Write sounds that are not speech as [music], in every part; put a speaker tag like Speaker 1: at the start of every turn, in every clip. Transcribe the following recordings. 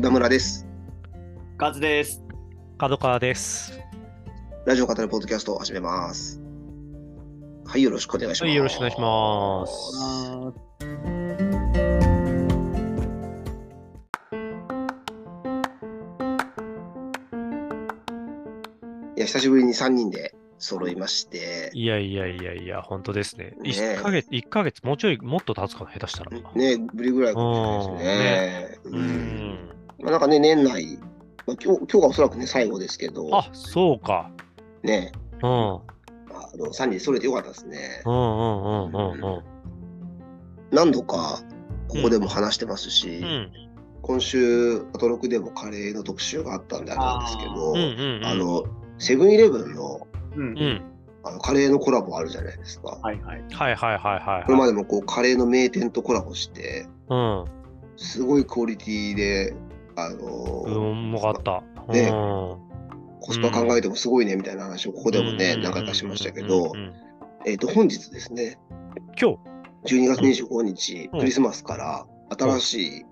Speaker 1: 中村です。
Speaker 2: カズです。
Speaker 3: 角川です。
Speaker 1: ラジオ語るポッドキャストを始めます。はい、よろしくお願いします。
Speaker 3: はい、よろしくお願いします。
Speaker 1: いや、久しぶりに3人で揃いまして、
Speaker 3: いやいやいやいや、本当ですね。
Speaker 1: ねえ
Speaker 3: 1ヶ月、一ヶ月、もうちょい、もっと経つかな、下手したら。
Speaker 1: ね、ぶりぐらいかもしれないですね。
Speaker 3: う
Speaker 1: うん
Speaker 3: ん。
Speaker 1: まあ、なんかね、年内、まあ、今日今日がおそらくね、最後ですけど、
Speaker 3: あ、そうか。
Speaker 1: ね、
Speaker 3: うん。
Speaker 1: あの3人揃えてよかったですね
Speaker 3: う。んうんうんうんうん。
Speaker 1: 何度かここでも話してますし、
Speaker 3: うん
Speaker 1: 今週、アトロクでもカレーの特集があったんであれなんですけど、
Speaker 3: う
Speaker 1: あ,、
Speaker 3: んうん。
Speaker 1: の、セブンイレブンの
Speaker 2: うん
Speaker 3: う。ん。
Speaker 1: あのカレーのコラボあるじゃないですか。
Speaker 2: はいはい。
Speaker 3: はいはいはいはい
Speaker 1: これ
Speaker 3: は
Speaker 1: ま
Speaker 3: い。
Speaker 1: でもこうカレーの名店とコラボして、
Speaker 3: うん。
Speaker 1: すごいクオリティで、あの
Speaker 3: うまかった。
Speaker 1: ね
Speaker 3: うん
Speaker 1: コスパ考えてもすごいねみたいな話をここでもね、何回かしましたけど
Speaker 3: うんう、んうん
Speaker 1: えっ、と、本日ですね、
Speaker 3: 今日、
Speaker 1: 12月25日、
Speaker 3: うん
Speaker 1: クリスマスから新しい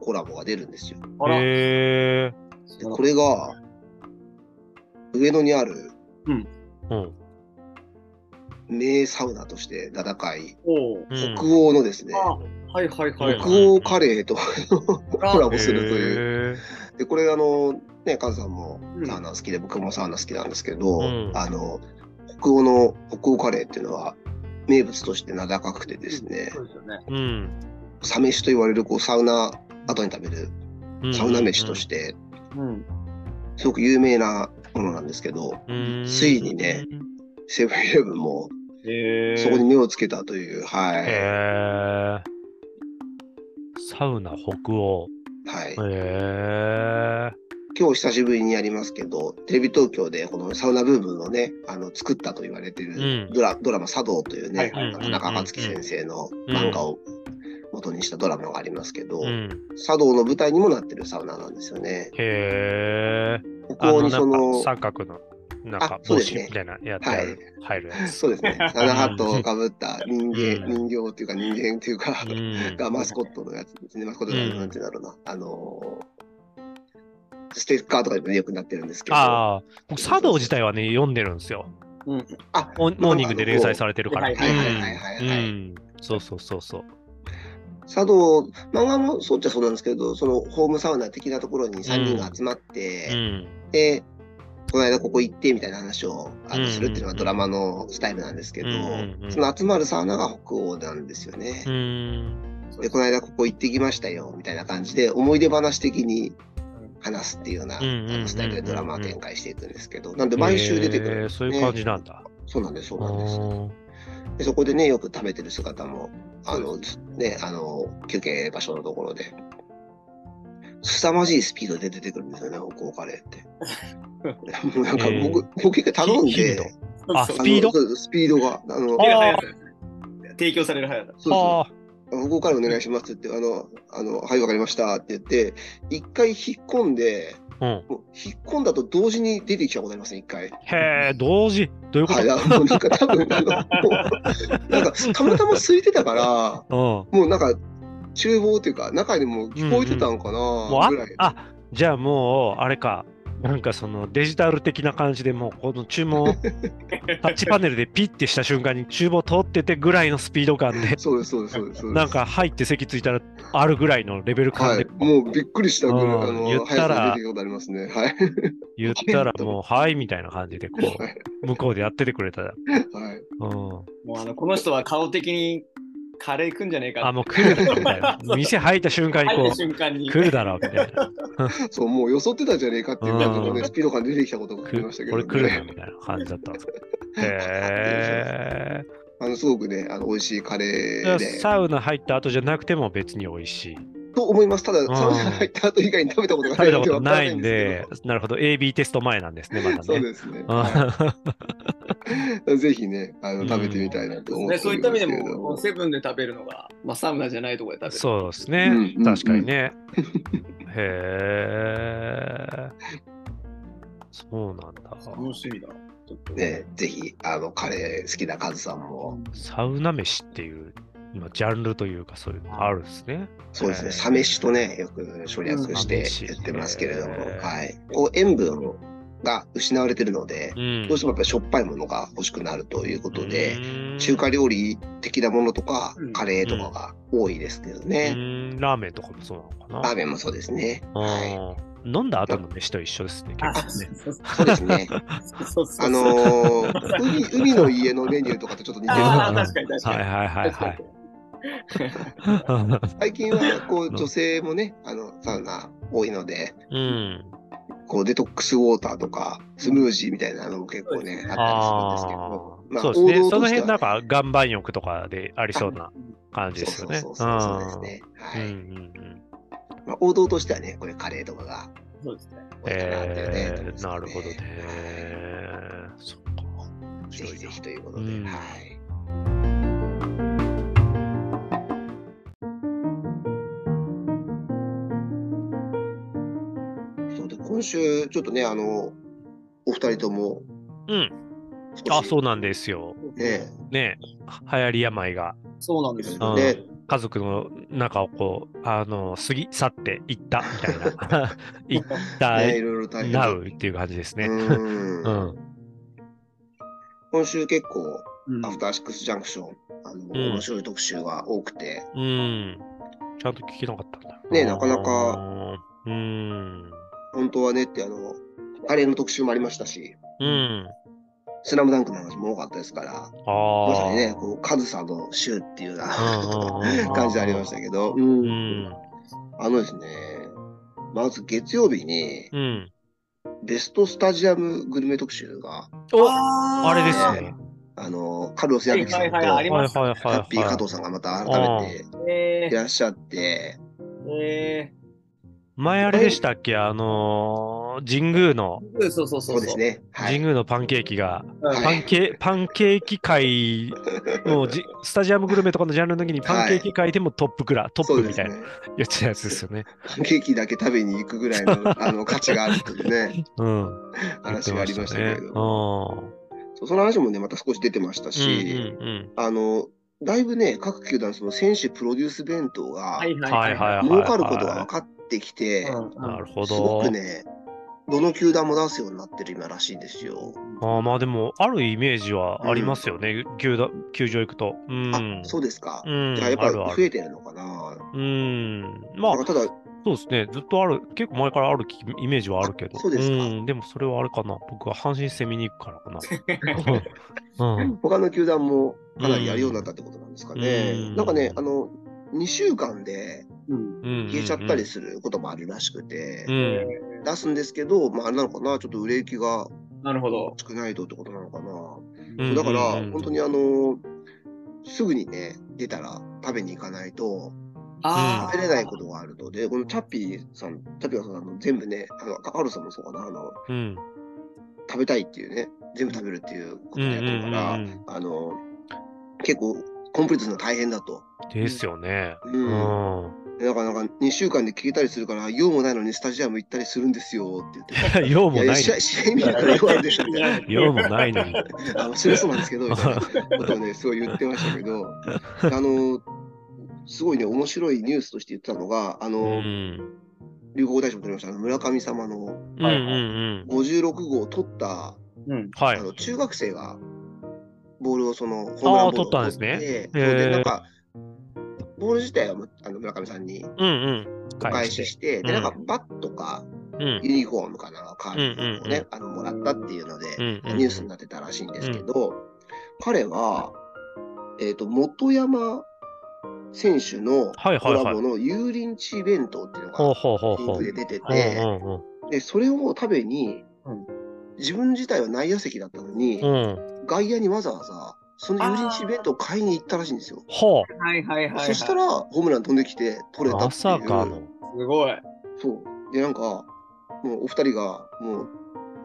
Speaker 1: コラボが出るんですよ。
Speaker 2: あら、
Speaker 3: え
Speaker 1: でこれが、上野にある
Speaker 3: ーうん
Speaker 1: 名サウナとして名高い、
Speaker 2: おう。
Speaker 3: うん
Speaker 1: 北欧のですね、
Speaker 2: あ、はいはいはい。
Speaker 3: うん
Speaker 1: 北欧カレーとコラボするという。
Speaker 3: へー
Speaker 1: でこれあのねカズさんも
Speaker 2: うん
Speaker 1: サウナ好きで、僕もサウナ好きなんですけど、
Speaker 3: うん
Speaker 1: あの北欧の北欧カレーっていうのは名物として名高くてですね、
Speaker 2: そうですよね。
Speaker 3: うん
Speaker 1: サメシと言われるこうサウナ後に食べる
Speaker 3: うん。
Speaker 1: サウナ飯として
Speaker 2: うん。
Speaker 1: すごく有名なものなんですけど、
Speaker 3: うん、
Speaker 1: ついにねセブンイレブンも
Speaker 2: え
Speaker 1: そこに目をつけたという、はい、
Speaker 3: へえー。サウナ北欧。
Speaker 1: はい、
Speaker 3: へえ
Speaker 1: 今日久しぶりにやりますけどテレビ東京でこのサウナブームをねあの作ったと言われてる
Speaker 3: うん
Speaker 1: ドラ,、ドラマ「茶道」というね、
Speaker 2: はいはい
Speaker 1: あの田中克樹先生の
Speaker 3: うん
Speaker 1: 漫画を元にしたドラマがありますけど、
Speaker 3: ー。うん。
Speaker 1: 茶道の舞台にもなってるサウナなんですよね。
Speaker 3: へえ。
Speaker 1: 北欧にそ
Speaker 3: あ
Speaker 1: の
Speaker 3: なんか三角の、なん
Speaker 1: あ
Speaker 3: か
Speaker 1: そう
Speaker 3: 帽
Speaker 1: です
Speaker 3: 子
Speaker 1: ね
Speaker 3: みたいなやつ
Speaker 1: はい
Speaker 3: 入るやつ。
Speaker 1: そうです
Speaker 3: [laughs]
Speaker 1: ね、サウナハットをかぶった人間、
Speaker 3: う
Speaker 1: 人形っていうか人間っていうか、
Speaker 3: うん
Speaker 1: がマスコットのやつですね、マスコットのやつ
Speaker 3: うん
Speaker 1: なんていうんだろうな、あのーステッカーとかでもねよくなってるんですけど、
Speaker 3: ああ、僕、茶道自体はね、読んでるんですよ。
Speaker 1: あ
Speaker 3: モモーニングで連載されてるから。
Speaker 2: は
Speaker 3: う
Speaker 2: いはいはい
Speaker 1: はいはい
Speaker 3: ん
Speaker 1: はい
Speaker 3: うんそうそうそうそう。
Speaker 1: 茶道、漫画もそうっちゃそうなんですけど、そのホームサウナ的なところに3人が集まっ
Speaker 3: う
Speaker 1: て、
Speaker 3: ん。
Speaker 1: で、この間ここ行ってみたいな話をあの
Speaker 3: うん
Speaker 1: するっていうのがドラマのスタイルなんですけど
Speaker 3: うんうんう、ん
Speaker 1: その集まるサウナが北欧なんですよね
Speaker 3: う。ん。
Speaker 1: で、この間ここ行ってきましたよみたいな感じで、思い出話的に話すっていうようなあ
Speaker 3: うんうんうんうん
Speaker 1: のスタイルでドラマは展開していくんですけど、なんで毎週出てくるん
Speaker 3: へ
Speaker 1: で
Speaker 3: ー
Speaker 1: す
Speaker 3: そ
Speaker 1: ね、
Speaker 3: ういう感じなんだ。
Speaker 1: そうなんです、そう
Speaker 3: う
Speaker 1: なんです。
Speaker 3: ん
Speaker 1: でそこでね、よく食べてる姿も、あ
Speaker 2: そ
Speaker 1: の、
Speaker 2: うです
Speaker 1: ね、あの、休憩場所のところで、凄まじいスピードで出てくるんですよね、北欧カレー
Speaker 3: [laughs]
Speaker 1: って。もうなんか
Speaker 3: えー
Speaker 1: 僕、僕結構頼ん
Speaker 3: ひ
Speaker 1: で
Speaker 3: 頻度、あ
Speaker 2: そ
Speaker 1: あの
Speaker 2: う
Speaker 3: スピード
Speaker 1: そうスピードが、あの、
Speaker 3: あ
Speaker 2: 手が早いですね提供される早さ。
Speaker 1: そうそ
Speaker 3: あ
Speaker 1: う、北欧カレーお願いしますって言って、あの、あの、はい、わかりましたって言って、一回引っ込んで、
Speaker 3: あ、うん。
Speaker 1: もう引っ込んだと同時に出てきたことありません、一回。
Speaker 3: へえ、同時。どういうこ
Speaker 1: はい、あの、なんか多分、あの、もうなんか、たまたま空いてたから、
Speaker 3: と
Speaker 1: もうなんか厨房というか中にも聞こえてたんか
Speaker 3: うん。もう
Speaker 1: な
Speaker 3: あ
Speaker 1: ぐらい、
Speaker 3: あじゃあもう、あれか。なんかそのデジタル的な感じでもうこの
Speaker 1: [laughs]
Speaker 3: 注文タッチパネルでピッてした瞬間に厨房通っててぐらいのスピード感で
Speaker 1: そうですそうですそうですそうです
Speaker 3: なんか入って席ついたらあるぐらいのレベル感
Speaker 1: は
Speaker 3: で
Speaker 1: いもうびっくりしたぐらい、
Speaker 3: うん
Speaker 1: あの
Speaker 3: 言っ
Speaker 1: 速
Speaker 3: たら
Speaker 1: さで出てきたことあります
Speaker 3: [laughs]
Speaker 1: ねはい
Speaker 3: 言ったら
Speaker 1: [laughs]
Speaker 3: もう「はい」みたいな感じでこう向こうでやっててくれたら、
Speaker 1: はい [laughs]
Speaker 3: うん、
Speaker 2: もうあの、この人は顔的にカレー食うんじゃねえか
Speaker 3: あもう来るだろみたいな
Speaker 1: [laughs]
Speaker 3: 店入った瞬間に
Speaker 2: 入っ
Speaker 3: こ
Speaker 2: た瞬間
Speaker 3: う
Speaker 2: に。
Speaker 3: 来るだろうみたいな
Speaker 1: そうもうよそってたじゃねえかっていう感じのね、
Speaker 3: うん
Speaker 1: スピード感出てきたことがあ
Speaker 3: く
Speaker 1: りましたけど、
Speaker 3: こ
Speaker 1: ね、
Speaker 3: れ来るなみたいな感じだったんで
Speaker 1: [laughs]
Speaker 3: すけどへ
Speaker 1: あのすごくねあの美味しいカレー
Speaker 3: え
Speaker 1: で
Speaker 3: サウナ入った後じゃなくても別に美味しい
Speaker 1: と思いますただ、
Speaker 3: ん
Speaker 1: サウナ入った後以外に食べたことが
Speaker 3: 食べたこと
Speaker 1: な
Speaker 3: ないい
Speaker 1: ん
Speaker 3: ん
Speaker 1: で
Speaker 3: で、なるほど、AB テスト前なんですね、まだ
Speaker 1: すけどそう
Speaker 3: ね。
Speaker 1: ですね、
Speaker 3: あ
Speaker 1: はいぜひねあの
Speaker 3: うん
Speaker 1: 食べてみたいなと思って
Speaker 2: ね、そういった意味でも、こ
Speaker 1: おりま
Speaker 2: の
Speaker 1: すけれど
Speaker 2: セブンで食べるのが、まあ、サウナじゃないところで食べる。
Speaker 3: そうですね、
Speaker 1: うん
Speaker 3: 確かにね。へえ。そうなんだ。
Speaker 2: 楽しみだな。ちょっと。
Speaker 1: ねぜひあのカレー好きなカズさんも
Speaker 3: サウナ飯っていう今、ジャンルというか、そういうのがあるんですね。
Speaker 1: そうですね、
Speaker 3: えー
Speaker 1: サメシとね、よく省略して
Speaker 3: うん
Speaker 1: 言ってますけれども、
Speaker 3: えー
Speaker 1: はい。こう塩分が失われてるので、
Speaker 3: うん
Speaker 1: どうしてもやっぱりしょっぱいものが欲しくなるということで、
Speaker 3: うん
Speaker 1: 中華料理的なものとか
Speaker 2: うん、
Speaker 1: カレーとかが多いですけど
Speaker 3: う
Speaker 1: ね。
Speaker 3: んラーメンとかもそうなのかな。
Speaker 1: ラーメンもそうですね。は
Speaker 3: うん飲んだ後の飯と一緒ですね、
Speaker 2: あ
Speaker 3: 結構ね。
Speaker 2: そうそう
Speaker 1: い。そうですね。
Speaker 2: そうそう
Speaker 1: あのー海、海の家のメニューとかとちょっと似てる。
Speaker 2: あー確かに確かに
Speaker 3: はいはいはいはい。
Speaker 1: 最近は、こう、
Speaker 3: うん
Speaker 1: 女性もね、あの、サウナ多いので、
Speaker 3: うん。
Speaker 1: こう、デトックスウォーターとか、スムージーみたいなのも結構ね、あったりするんですけど、まあ、
Speaker 3: そうですね。そ
Speaker 1: 王道と
Speaker 3: の
Speaker 1: して
Speaker 3: 辺
Speaker 1: は
Speaker 3: なんか岩盤浴とかでありそうな感じです
Speaker 1: そ
Speaker 3: よ
Speaker 1: う
Speaker 3: ね。
Speaker 1: そうそうそうですね。は
Speaker 3: うん。
Speaker 1: い。
Speaker 3: うんうんうん
Speaker 1: まあ、王道としてはね、これカレーとかが
Speaker 2: そうですね。
Speaker 1: 多いかなっていうね。
Speaker 3: えー、
Speaker 1: とこ
Speaker 3: な
Speaker 1: ろ
Speaker 3: る
Speaker 1: です
Speaker 3: ほどね。そっか。面
Speaker 1: ぜ
Speaker 3: 白い
Speaker 1: ひぜ
Speaker 3: な
Speaker 1: ひということで、
Speaker 3: うん
Speaker 1: はい。そうで今週、ちょっとね、あの、お二人とも、
Speaker 3: うん。
Speaker 1: 少し
Speaker 3: あ、そうなんですよ。
Speaker 1: ね、
Speaker 3: ね流行り病が
Speaker 2: そうなんですよ。
Speaker 1: ね
Speaker 3: 家族の中をこう、あの、過ぎ去っていった
Speaker 1: [laughs]
Speaker 3: みたいな。いった、
Speaker 1: ねいろいろ大変
Speaker 3: なうっていう感じですね。
Speaker 1: うん
Speaker 3: うん。
Speaker 1: 今週結構、
Speaker 2: うん
Speaker 1: アフターシックスジャンクション、あの、
Speaker 3: ん
Speaker 1: 面白い特集が多くて、
Speaker 3: うん。ちゃんと聞けなかったんだ。
Speaker 1: ねなかなか。
Speaker 3: うん。
Speaker 1: 本当はねって、あの、カレーの特集もありましたし、
Speaker 3: うん。
Speaker 1: スラムダンクの話も多かったですから、
Speaker 3: ああ。
Speaker 1: まさにね、こう、カズサの週っていうような
Speaker 3: うんうんうん
Speaker 1: 感じでありましたけど、う
Speaker 3: う
Speaker 1: ん
Speaker 3: ん。
Speaker 1: あのですね、まず月曜日に
Speaker 3: うん。
Speaker 1: ベストスタジアムグルメ特集が、
Speaker 3: お
Speaker 2: あー
Speaker 3: あれですね。
Speaker 1: あの、カルロス・ヤンキさんと
Speaker 2: はいはいはいありま
Speaker 3: はいはいはいはい。
Speaker 1: ハッピー加藤さんがまた改めて
Speaker 2: え
Speaker 1: いらっしゃって、
Speaker 2: ーえ
Speaker 3: 前あれでしたっけあのー、神宮の、
Speaker 2: ーうんそうそうそう。
Speaker 1: そうです。ね。は
Speaker 3: 神
Speaker 1: い。
Speaker 3: 宮のパンケーキが、
Speaker 2: はい
Speaker 3: パンケパンケーキ界のじ、スタジアムグルメとかのジャンルの時にパンケーキ界でもトップクラ、トッ
Speaker 1: そう
Speaker 3: プ
Speaker 1: で
Speaker 3: み
Speaker 1: す
Speaker 3: たい
Speaker 1: ね
Speaker 3: な。言ってたやつですよね。
Speaker 1: パンケーキだけ食べに行くぐらいのあの価値があるという
Speaker 3: [laughs]
Speaker 1: ね、
Speaker 3: うん。
Speaker 1: 話がありましたけ
Speaker 3: 言っ
Speaker 1: れ
Speaker 3: て
Speaker 1: ども、
Speaker 3: ましたね
Speaker 1: そうその話もね、また少し出てました
Speaker 3: うん
Speaker 1: し、
Speaker 3: うんうん
Speaker 1: あの、だいぶね、各球団、その選手プロデュース弁当が
Speaker 2: はい
Speaker 3: うん。
Speaker 2: は
Speaker 3: はいいはい
Speaker 2: は
Speaker 3: はい。
Speaker 1: 儲かることが分かってき
Speaker 2: い。
Speaker 1: て、
Speaker 2: うん
Speaker 3: なるほど。
Speaker 1: すごくね、どの球団も出すようになってる今らしいんですよ。
Speaker 3: ああまあでも、あるイメージはありますよね、球だ球場行くと。うん。
Speaker 1: あそうですか。
Speaker 3: うん、
Speaker 1: じゃあやっ
Speaker 3: あ
Speaker 1: ぱ
Speaker 3: るあ
Speaker 1: 増
Speaker 3: る
Speaker 1: えてるのかな。
Speaker 3: うん。まあ
Speaker 1: な、んかただ、
Speaker 3: そうですね、ずっとある、結構前からあるきイメージはあるけど。
Speaker 1: あそうですか
Speaker 3: ん、でもそれはあれかな、僕は阪神戦見に行くから
Speaker 1: [laughs]
Speaker 3: かな。 [laughs] うん。
Speaker 1: 他の球団もかなりやるようになったってことなんですかね。
Speaker 3: うん
Speaker 1: なんかね、あの、2週間で
Speaker 2: うん
Speaker 3: うん
Speaker 1: 消えちゃったりすることもあるらしくて、
Speaker 3: うんうん。
Speaker 1: 出すんですけど、まあ、あれなのかな、ちょっと売れ行きが
Speaker 2: なるほ [laughs] ど。
Speaker 1: 少ないとってことなのかな。
Speaker 3: うん
Speaker 1: だから、
Speaker 3: うん
Speaker 1: 本当にあの、すぐにね、出たら食べに行かないと、
Speaker 2: あ
Speaker 1: 食
Speaker 2: あ。
Speaker 1: べれないことがあるので、このチャッピーさん、チャッピーさんあの全部ね、あの、カルさんもそうかな、あの、
Speaker 3: うん。
Speaker 1: 食べたいっていうね、全部食べるっていうこと
Speaker 3: うん。う
Speaker 1: を
Speaker 3: ん
Speaker 1: やってるから、
Speaker 3: うん
Speaker 1: あの、結構、コンプリートするの大変だと。
Speaker 3: ですよね。
Speaker 1: う。
Speaker 3: うんん。
Speaker 1: だからなんか、2週間で消えたりするから、用もないのにスタジアム行ったりするんですよって言って。
Speaker 3: [laughs] 用も
Speaker 1: いや
Speaker 3: ない
Speaker 1: 試合、試合見ながら用あるでしょみたいな。
Speaker 3: のに。用もない
Speaker 1: [laughs]
Speaker 3: のに。
Speaker 1: あの、それそうなんですけど、みたいなことをね、すごい言ってましたけ
Speaker 3: [laughs]
Speaker 1: ど、あの、すごいね、面白いニュースとして言ってたのが、あ
Speaker 3: う
Speaker 1: の、
Speaker 3: ん。
Speaker 1: 流行語大賞も取りました、あの村神様の
Speaker 3: うんうんうん。
Speaker 1: 56号を取った、
Speaker 2: うん。
Speaker 3: は
Speaker 1: あ
Speaker 3: い。
Speaker 1: の中学生が、ボールをその、ホームランボールを
Speaker 3: 取ったんですね
Speaker 1: って
Speaker 3: へー
Speaker 1: そうでなんか、ボール自体はあの村上さんに
Speaker 3: うんうん。
Speaker 1: お返しして、で、
Speaker 3: う
Speaker 1: なんんか、バットか、
Speaker 3: うん。
Speaker 1: ユニフォームかなんか、カードを
Speaker 3: うんうんう
Speaker 1: ね、あの、もらったっていうので、
Speaker 3: うんうんうん
Speaker 1: ニュースになってたらしいんですけど、彼は、えっ、と、元山選手の
Speaker 3: はいはい
Speaker 1: コ
Speaker 3: はい
Speaker 1: ラボの油淋鶏弁当っていうの
Speaker 3: ほう
Speaker 1: が、
Speaker 3: ほうほう
Speaker 1: リ
Speaker 3: ほ
Speaker 1: ン
Speaker 3: う
Speaker 1: ク。で出て
Speaker 3: うんう
Speaker 1: て、
Speaker 3: ん
Speaker 1: で、それを食べに
Speaker 2: うん、
Speaker 1: 自分自体は内野席だったのに
Speaker 3: う、ん。うん。
Speaker 1: 外野にわざわざ、その油淋鶏弁当を買いに行ったらしいんですよ。
Speaker 3: ほう。
Speaker 2: はいはいはいはい。
Speaker 1: そしたら、ホームラン飛んできて、取れた
Speaker 3: ま
Speaker 1: っていう。
Speaker 3: さかの。
Speaker 2: すごい。
Speaker 1: そう。で、なんか、もうお二人が、も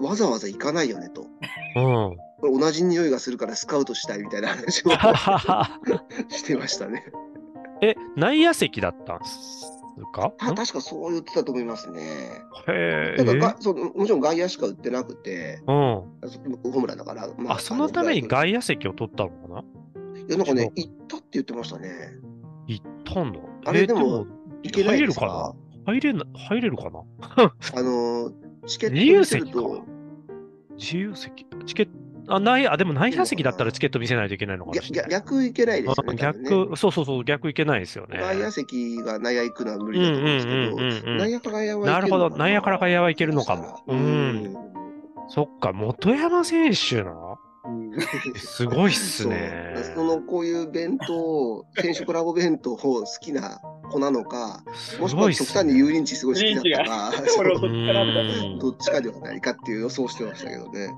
Speaker 1: う、わざわざ行かないよねと。
Speaker 3: うん。
Speaker 1: これ同じ匂いがするからスカウトしたいみたいな話
Speaker 3: [laughs]
Speaker 1: をしてましたね。
Speaker 3: え、内野席だったんすか
Speaker 1: た確かそう言ってたと思いますね。
Speaker 3: へえ。
Speaker 1: なんかがそのもちろん外野しか売ってなくて、
Speaker 3: うん。
Speaker 1: そホームランだから。ま
Speaker 3: あ、そのために
Speaker 1: 野
Speaker 3: 外野席を取ったのかな
Speaker 1: いや、なんかね、
Speaker 3: 違
Speaker 1: 行ったって言ってましたね。
Speaker 3: 行ったんだ。
Speaker 1: あれ
Speaker 3: えー
Speaker 1: でも、行けない
Speaker 3: 入れ
Speaker 1: で
Speaker 3: る
Speaker 1: すか
Speaker 3: かな入れな入れるかな
Speaker 1: あの、チケット
Speaker 3: 自由
Speaker 1: 見せ
Speaker 3: 席
Speaker 1: る
Speaker 3: か
Speaker 1: と、。
Speaker 3: 自由席。チケット、あ、ない、あ、でも内野席だったらチケット見せないといけないのかもしれ
Speaker 1: 逆
Speaker 3: ない。
Speaker 1: 逆行けないですよね。多分ね
Speaker 3: 逆、そうそうそう、逆いけないですよね。
Speaker 1: 外野席が内野行くのは無
Speaker 3: う
Speaker 1: 理
Speaker 3: んう
Speaker 1: だ
Speaker 3: ん
Speaker 1: と思うんですけど、
Speaker 3: うんうんう
Speaker 1: 内
Speaker 3: ん。
Speaker 1: 野から外野は
Speaker 3: な
Speaker 1: 行け
Speaker 3: る
Speaker 1: るのか
Speaker 3: ほど、内野から外野はいけるのかも。うん。そっか、元山選手なのすごいっすね。
Speaker 1: そうそのこういう弁当、 [laughs] 選手コラボ弁当を好きな子なのか、
Speaker 3: す
Speaker 1: もしく
Speaker 3: ご
Speaker 1: はい
Speaker 3: っす
Speaker 1: 極
Speaker 3: ね。
Speaker 1: 端に油淋鶏すごい好きだったか、
Speaker 3: [laughs]
Speaker 1: [laughs]
Speaker 2: これを
Speaker 3: う
Speaker 2: 取ったらみたいな
Speaker 3: ーん
Speaker 1: どっちかではないかっていう予想してましたけどね。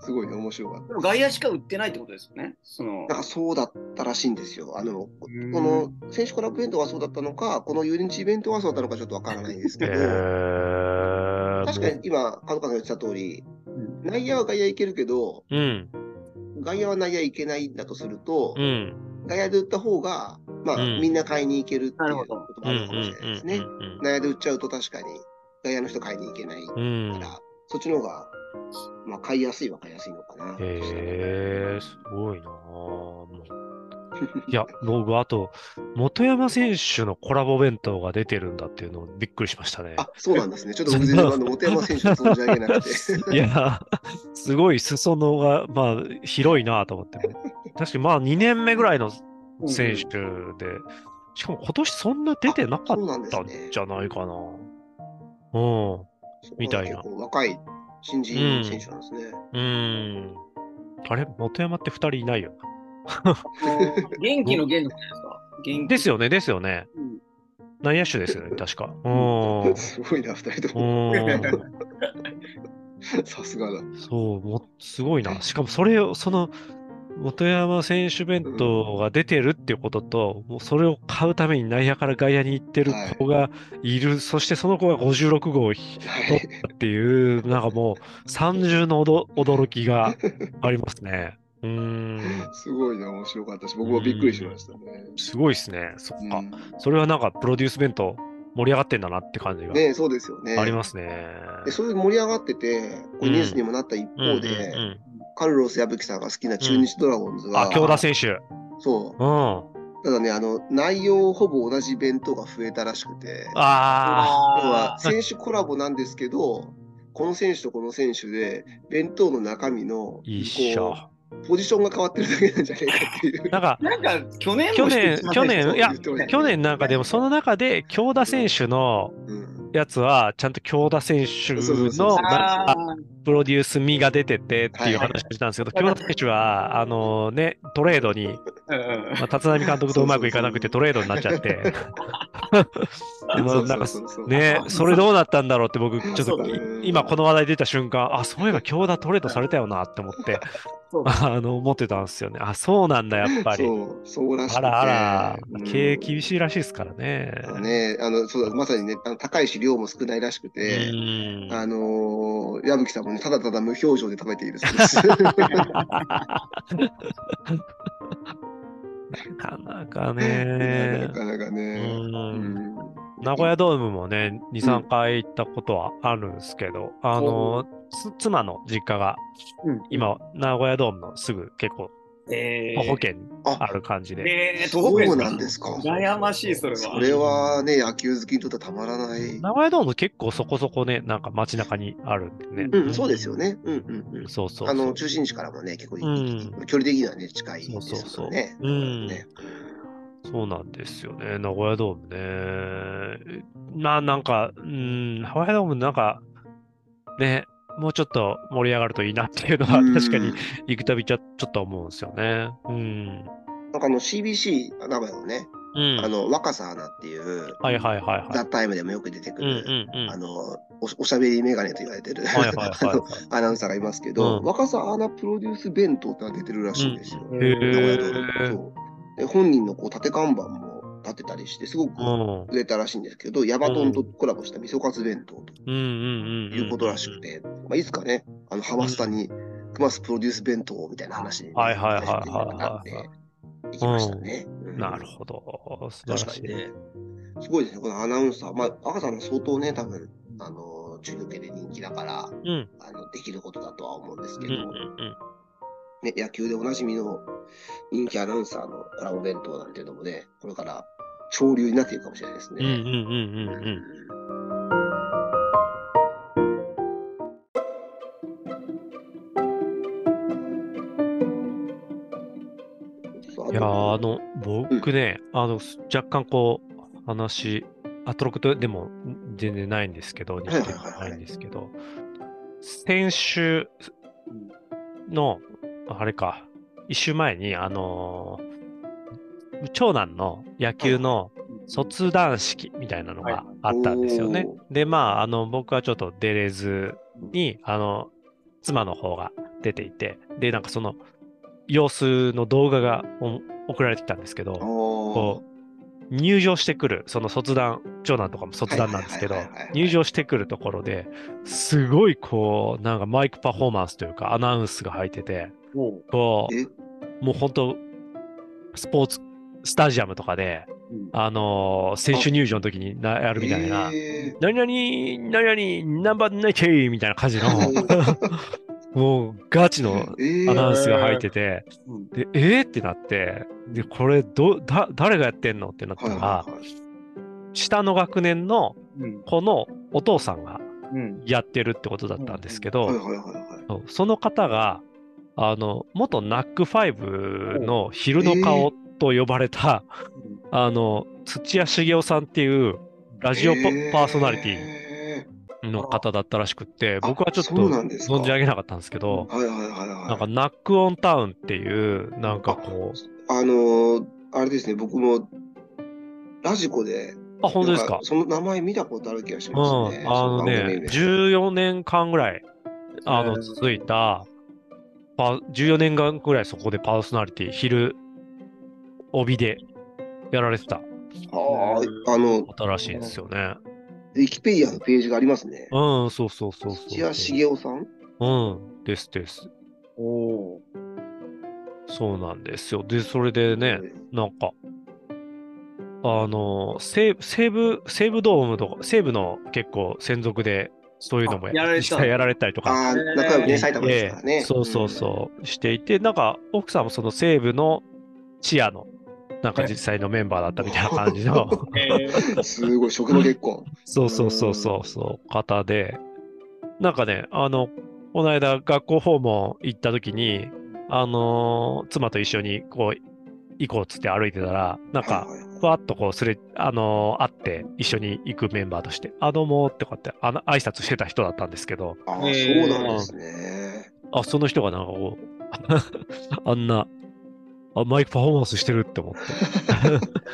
Speaker 1: すごい面白かっ
Speaker 2: でも外野しか売ってないってことですよね。その
Speaker 1: た。なんかそうだったらしいんですよ。あの、この選手コラボ弁当はそうだったのか、この油淋鶏弁当はそうだったのかちょっとわからないんです
Speaker 3: え
Speaker 1: けど、
Speaker 3: ー
Speaker 1: 確かに今、角川さんが言ってた通り、
Speaker 2: うん
Speaker 1: 内野は外野行けるけど、
Speaker 3: うん、
Speaker 1: 外野は内野行けないんだとすると、
Speaker 3: うん。
Speaker 1: 外野で売った方が、まあ、
Speaker 3: うん
Speaker 1: みんな買いに行けるって
Speaker 2: ないる
Speaker 1: うこ
Speaker 2: ほ
Speaker 1: と
Speaker 2: ど
Speaker 1: も
Speaker 3: うん
Speaker 1: あるかもしれないですね。
Speaker 3: うん
Speaker 1: 内野で売っちゃうと確かに、外野の人買いに行けないか
Speaker 3: う
Speaker 1: ら、
Speaker 3: んうん。
Speaker 1: そっちの方が、まあ、買いやすいは買いやすいのかな。
Speaker 3: へえ、すごいなあもういや、僕、あと、元山選手のコラボ弁当が出てるんだっていうのびっくりしましたね。
Speaker 1: あ、そうなんです
Speaker 3: [laughs]
Speaker 1: ね。ちょっと僕全然、あの、本山選手の存じ上げなくて。
Speaker 3: いや、すごい裾野が、まあ、広いなと思って。確かに、まあ、2年目ぐらいの選手で、しかも今年そんな出てな
Speaker 1: そ
Speaker 3: かっ
Speaker 1: うなんで
Speaker 3: た
Speaker 1: す
Speaker 3: ん
Speaker 1: ね。
Speaker 3: じゃないかな。うん。みたいな
Speaker 1: 結構若い新人選手なんですね。
Speaker 3: うん。あれ元山って2人いないよ
Speaker 2: うん元気の元のじゃないですか。元気 [laughs]
Speaker 3: な。ですよね、ですよね。
Speaker 2: うん
Speaker 3: 内野手ですよね、確か。
Speaker 1: [laughs]
Speaker 3: [laughs] うん。
Speaker 1: すごいな、二人とも。
Speaker 3: う
Speaker 1: さすがだ。
Speaker 3: ん、そう、もすごいな。しかもそれを、その、元山選手弁当が出てるっていうことと、もうそれを買うために内野から外野に行ってる子がいる、そしてその子が56号を取
Speaker 1: はい。
Speaker 3: ったっていう、なんかもう、三重のおど驚きがありますね。うーん、
Speaker 1: すごいな、面白かったし、僕もびっくりしましたね。
Speaker 3: すごいですね。そっ
Speaker 1: う
Speaker 3: か。
Speaker 1: ん
Speaker 3: それはなんか、プロデュース弁当、盛り上がってんだなって感じが
Speaker 1: ねえそうですよね。
Speaker 3: ありますね。
Speaker 1: でそういう盛り上がってて、こうニュースにもなった一
Speaker 3: うん
Speaker 1: 方で、
Speaker 3: うんうん
Speaker 1: カルロス矢吹さんが好きな中日ドラゴンズは、
Speaker 3: あ、京田選手。
Speaker 1: そ
Speaker 3: うん。
Speaker 1: う、ただね、あの内容ほぼ同じ弁当が増えたらしくて、
Speaker 3: あ
Speaker 1: 要は
Speaker 2: あ
Speaker 1: 選手コラボなんですけど、この選手とこの選手で、弁当の中身の
Speaker 3: あ、一緒。
Speaker 1: こうポジションが変わってるだけなんじゃないかって
Speaker 3: [laughs]
Speaker 1: いう。
Speaker 3: なんか
Speaker 2: ー、なんか去年も
Speaker 3: 去年、去年、いや
Speaker 1: 言ってました、ね
Speaker 3: 去年なんかでも、その中で、京田選手の
Speaker 1: うん
Speaker 3: やつは、ちゃんと京田選
Speaker 1: [laughs] そう
Speaker 3: 手
Speaker 1: そうそう
Speaker 3: の
Speaker 1: そう
Speaker 3: なん
Speaker 2: あ
Speaker 3: かプロデュース味が出ててっていう
Speaker 1: はいはい
Speaker 3: 話をしたんですけど、京田選手は、あのね、トレードに、
Speaker 2: ーうんうん
Speaker 3: まあ立浪監督とうまくいかなくてトレードになっちゃって、
Speaker 1: [laughs]
Speaker 3: でもなんか、
Speaker 1: そうそうそう
Speaker 3: ね、それどうなったんだろうっ
Speaker 1: [laughs]
Speaker 3: て僕、ちょっ
Speaker 2: そう
Speaker 3: と
Speaker 2: だね
Speaker 3: 今この話題出た瞬間、あ、そういえば京田トレードされたよなって思
Speaker 1: [laughs]
Speaker 3: って、
Speaker 2: そうだ
Speaker 3: [laughs] あの、思ってたんですよね。あ、そうなんだ、やっぱり。
Speaker 1: そう、そうらしくて
Speaker 3: あらあら、
Speaker 1: うん
Speaker 3: 経営厳しいらしいですからね。
Speaker 1: ね、あのそうだまさにね、あの高いし、量も少ないらしくて。
Speaker 3: うん
Speaker 1: あのー、矢吹さんもね、ただただ無表情で食べているそう
Speaker 3: [laughs]
Speaker 1: です。な
Speaker 3: なかなかね。
Speaker 1: かなか
Speaker 3: う
Speaker 1: ね。
Speaker 3: ん
Speaker 1: うん
Speaker 3: 名古屋ドームもね、2、3回行ったことはあるんですけど、あの、つ妻の実家が
Speaker 2: うん
Speaker 3: 今、名古屋ドームのすぐ結構、
Speaker 2: え
Speaker 3: 徒歩圏にあ
Speaker 1: あ、
Speaker 3: る感じで。
Speaker 2: えー、東北
Speaker 1: そう
Speaker 2: です
Speaker 1: なん
Speaker 2: か
Speaker 1: ですか。
Speaker 2: 羨ましい、それは。
Speaker 1: それはね、野球好きにとってはたまらない。
Speaker 3: 名古屋ドーム結構そこそこね、なんか街中にあるんでね。
Speaker 1: うん、そうですよね。うんうんうん。
Speaker 3: そうそうそう。
Speaker 1: あの、中心地からもね、結構いい、
Speaker 3: うん
Speaker 1: 距離的にはね、近いで
Speaker 3: そうそう
Speaker 1: す
Speaker 3: そう
Speaker 1: もんね。
Speaker 3: うん
Speaker 1: ね
Speaker 3: そうなんですよね、名古屋ドームね。まあなんか、うん、名古屋ドームなんか、ね、もうちょっと盛り上がるといいなっていうのは、
Speaker 1: うん
Speaker 3: 確かに行くたびちょちょっと思うんですよね。うん。
Speaker 1: なんかあの CBC 名古屋のね、
Speaker 3: うん。
Speaker 1: あの若さアナっていう、
Speaker 3: はいはいはいは
Speaker 1: ザ・
Speaker 3: い。
Speaker 1: タイムでもよく出てく
Speaker 3: うん
Speaker 1: る、
Speaker 3: うんうん。
Speaker 1: あのお、おしゃべりメガネと言われてる、
Speaker 3: はいはいはいは
Speaker 1: アナウンサーがいますけど、
Speaker 3: うん
Speaker 1: 若さアナプロデュース弁当ってのが出てるらしいんですよ。
Speaker 2: うん
Speaker 3: い。へ
Speaker 1: [laughs] 名古屋ドーム
Speaker 3: ー。
Speaker 1: そうで本人のこう縦看板も立てたりして、すごく
Speaker 3: うん
Speaker 1: 売れたらしいんですけど、ヤバトンとコラボした味噌カツ弁当と
Speaker 3: うんうんうん。
Speaker 1: いうことらしく。て、まあ、いつかね、あのハマスタにクマスプロデュース弁当みたいな話にね、
Speaker 3: はいはいはいはい
Speaker 1: い行きましたね。うん
Speaker 3: なるほど。素晴ら
Speaker 1: 確か
Speaker 3: し
Speaker 1: に
Speaker 3: い。
Speaker 1: ね。すごいですね、このアナウンサー。まあ、赤さんも相当ね、多分あの中華系で人気だから
Speaker 3: うん。
Speaker 1: あの、できることだとは思うんです
Speaker 3: う
Speaker 1: け
Speaker 3: んう
Speaker 1: ど、
Speaker 3: んうん。
Speaker 1: ね、野球でおなじみの人気アナウンサーのコラボ弁当なんていうのもね、これから潮流になっていくかもしれないです
Speaker 3: うんう
Speaker 1: ね。
Speaker 3: んうんうんうん。
Speaker 1: そう
Speaker 3: いやーあ
Speaker 1: あと
Speaker 3: の僕ね、あのす若干こう話アトロクとでもん全然ないんですけど日
Speaker 1: はいはい
Speaker 3: 程
Speaker 1: はい
Speaker 3: もないんですけど先週のあれか一週前にあのー長男の野球の卒団式みたいなのがあったんですよ
Speaker 1: は
Speaker 3: ね。
Speaker 1: いはい
Speaker 3: でまああの僕はちょっと出れずにあの妻の方が出ていてでなんかその様子の動画がお送られてきたんですけど。こう入場してくるその卒団長男とかも卒団なんですけど
Speaker 1: はいはいはいはいはい
Speaker 3: 入場してくるところですごいこうなんかマイクパフォーマンスというかアナウンスが入ってて
Speaker 2: も
Speaker 3: こ
Speaker 1: え
Speaker 3: うもう本当スポーツスタジアムとかで、
Speaker 2: うん
Speaker 3: あのー選手入場の時になやるみたいな。
Speaker 1: え
Speaker 3: 何々、何々、ナンバーナイティみたいな感じの、 [laughs] もうガチの
Speaker 1: ーえー
Speaker 3: アナウンスが入ってて、
Speaker 2: うん
Speaker 3: で、えーってなって、で、これど、だ、誰がやってんのってなった
Speaker 1: はい
Speaker 3: ら、
Speaker 1: はいはい
Speaker 3: 下の学年の
Speaker 2: うん
Speaker 3: 子のお父さんが
Speaker 2: うん
Speaker 3: やってるってことだったんですけど、
Speaker 1: はいはいはいはい。
Speaker 3: そうその方が、あの、元ナック5の昼の顔と呼ばれた、 [laughs] あの、土屋茂雄さんっていうラジオパ,、
Speaker 1: えー
Speaker 3: パーソナリティの方だったらしくって、僕はちょっと
Speaker 1: そうなんですか
Speaker 3: 存じ上げなかったんですけど、
Speaker 1: はいはいはいはい。
Speaker 3: なんかナックオンタウンっていう、なんかこう、
Speaker 1: あのーあれですね、僕もラジコで、
Speaker 3: あ、本当です
Speaker 1: なん
Speaker 3: か
Speaker 1: その名前見たことある気がし
Speaker 3: う
Speaker 1: ますね。
Speaker 3: ん、あの
Speaker 1: そ番組
Speaker 3: ね、
Speaker 1: 名
Speaker 3: 14年間ぐらい、あ
Speaker 2: へ
Speaker 3: の、
Speaker 2: ー
Speaker 3: 続いた、パ14年間ぐらいそこでパーソナリティ、昼、帯でやられてた
Speaker 1: はあ、あの、
Speaker 3: ことらしいんですよね。
Speaker 1: ウィキペディアのページがありますね。
Speaker 3: うん、そうそうそうそう。
Speaker 1: 土屋茂雄さん
Speaker 3: うん、ですです。
Speaker 2: おー
Speaker 3: そうなんですよ。で、それでね、なんか、あの、西武、西武、西武ドームとか、西武の結構専属で、そういうのも
Speaker 2: あやられてたんだ
Speaker 3: 実際やられたりとか、
Speaker 1: ああ、
Speaker 2: えー
Speaker 1: 仲良くね、埼玉ですから
Speaker 3: ええ
Speaker 1: ね。
Speaker 3: そうそうそう、していて、なんか奥さんもその西部のチアの、なんか実際のメンバーだったみたいな感じの、
Speaker 2: えー
Speaker 1: うん。すごい、職場結婚。
Speaker 3: [laughs] そうそうそうそうそう、方で、なんかね、あの、この間学校訪問行った時に、あのー妻と一緒にこう、行こうっつって歩いてたら、なん
Speaker 1: は
Speaker 3: か、
Speaker 1: いはいはい
Speaker 3: ふわっとこうすれ、あのー会って一緒に行くメンバーとして、あ、どうもってこうやってあの挨拶してた人だったんですけど、
Speaker 1: ああ、
Speaker 2: え
Speaker 1: そ
Speaker 2: ー
Speaker 1: うなんですね。
Speaker 3: あ、その人がなんかこう、あ [laughs] んな、あ、マイクパフォーマンスしてるって思って、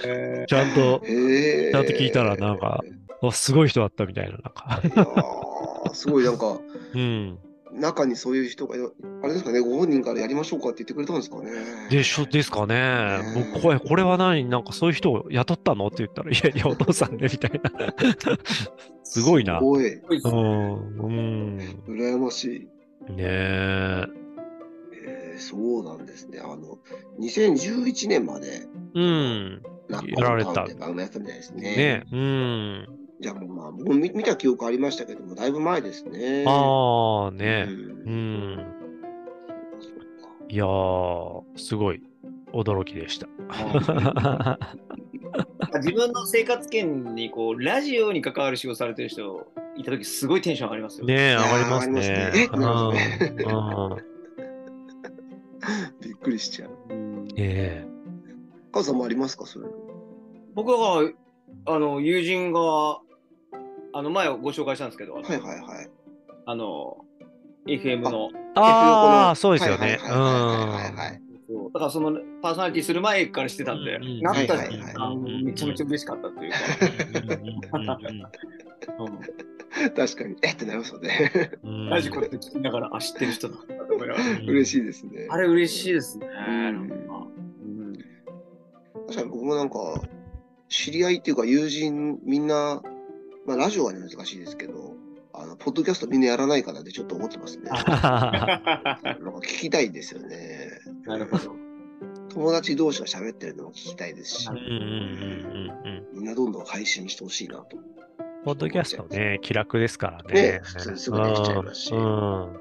Speaker 2: えー
Speaker 3: ちゃんと、
Speaker 1: へえ。
Speaker 3: ちゃんと聞いたらなんか、あ、すごい人だったみたいな、なんか。
Speaker 1: いやーすごい、なんか、
Speaker 3: うん。
Speaker 1: 中にそういう人が、あれですかね、ご本人からやりましょうかって言ってくれたんですかね。
Speaker 3: でしょ、ですかね。僕、これ、これは何なんかそういう人を雇ったのって言ったら、いやいや、お父さんね、みたいな。すごいな。
Speaker 1: すごい、
Speaker 2: すごいっ
Speaker 3: う
Speaker 2: すね
Speaker 3: ん。うん。ね
Speaker 1: 羨ましい。
Speaker 3: え。
Speaker 1: えーそうなんですね。あの、2011年まで、
Speaker 3: うん。
Speaker 1: ナッ
Speaker 3: やられた
Speaker 1: って番組やったみたいですね。
Speaker 3: ねうん。
Speaker 1: じゃあもうまあ、僕も見見た記憶ありましたけども、だいぶ前ですね。
Speaker 3: ああ、
Speaker 1: あう
Speaker 3: ね
Speaker 1: ん
Speaker 3: う。ん。いやー、すごい、驚きでした。
Speaker 2: 自分の生活圏にこうラジオに関わる仕事されてる人いた時すごいテンション上がりますよ。
Speaker 3: ねえ、上がります
Speaker 1: いや
Speaker 3: ね。
Speaker 1: ー上がりますねえってなりますね
Speaker 3: う
Speaker 1: [laughs]
Speaker 3: んうん
Speaker 1: びっくりしちゃう。
Speaker 2: うん
Speaker 3: え
Speaker 1: 母さんもありますか、それ。
Speaker 2: 僕はあの友人があの前ご紹介したんですけど、
Speaker 1: はいはいはい。
Speaker 2: あの FM の
Speaker 3: えあ
Speaker 1: FO
Speaker 3: あ、そう
Speaker 1: の
Speaker 3: ですよね。
Speaker 1: はいは
Speaker 3: う
Speaker 1: いはいはいはいはいはい。
Speaker 2: そうだからそのパーソナリティする前からしてたんで、
Speaker 3: うんうん
Speaker 2: なった
Speaker 1: はいはい
Speaker 2: 時
Speaker 1: はい
Speaker 2: あのめちゃめちゃ嬉しかったというか、
Speaker 1: 確かに、えってなりますよね。
Speaker 3: ん。
Speaker 2: ラジコって聞きながらあ知ってる人だったと思いながら
Speaker 3: う
Speaker 1: [laughs]
Speaker 3: ん
Speaker 1: 嬉しいですね。
Speaker 2: あれ嬉しいですね。
Speaker 1: ん
Speaker 2: なんかうん
Speaker 1: 確かに僕もなんか、知り合いっていうか友人みんな、まあラジオはね難しいですけど、あの、ポッドキャストみんなやらないかなってちょっと思ってますね。なんか聞きたいですよね。
Speaker 2: なるほど。
Speaker 1: 友達同士が喋ってるのも聞きたいですし
Speaker 2: は
Speaker 3: うん、うんうんうんうん。
Speaker 1: みんなどんどん配信してほしいなと。
Speaker 3: ポッドキャストね、気楽ですから
Speaker 1: ね
Speaker 3: ね。
Speaker 1: 普通にすぐできちゃいますし
Speaker 3: うんうん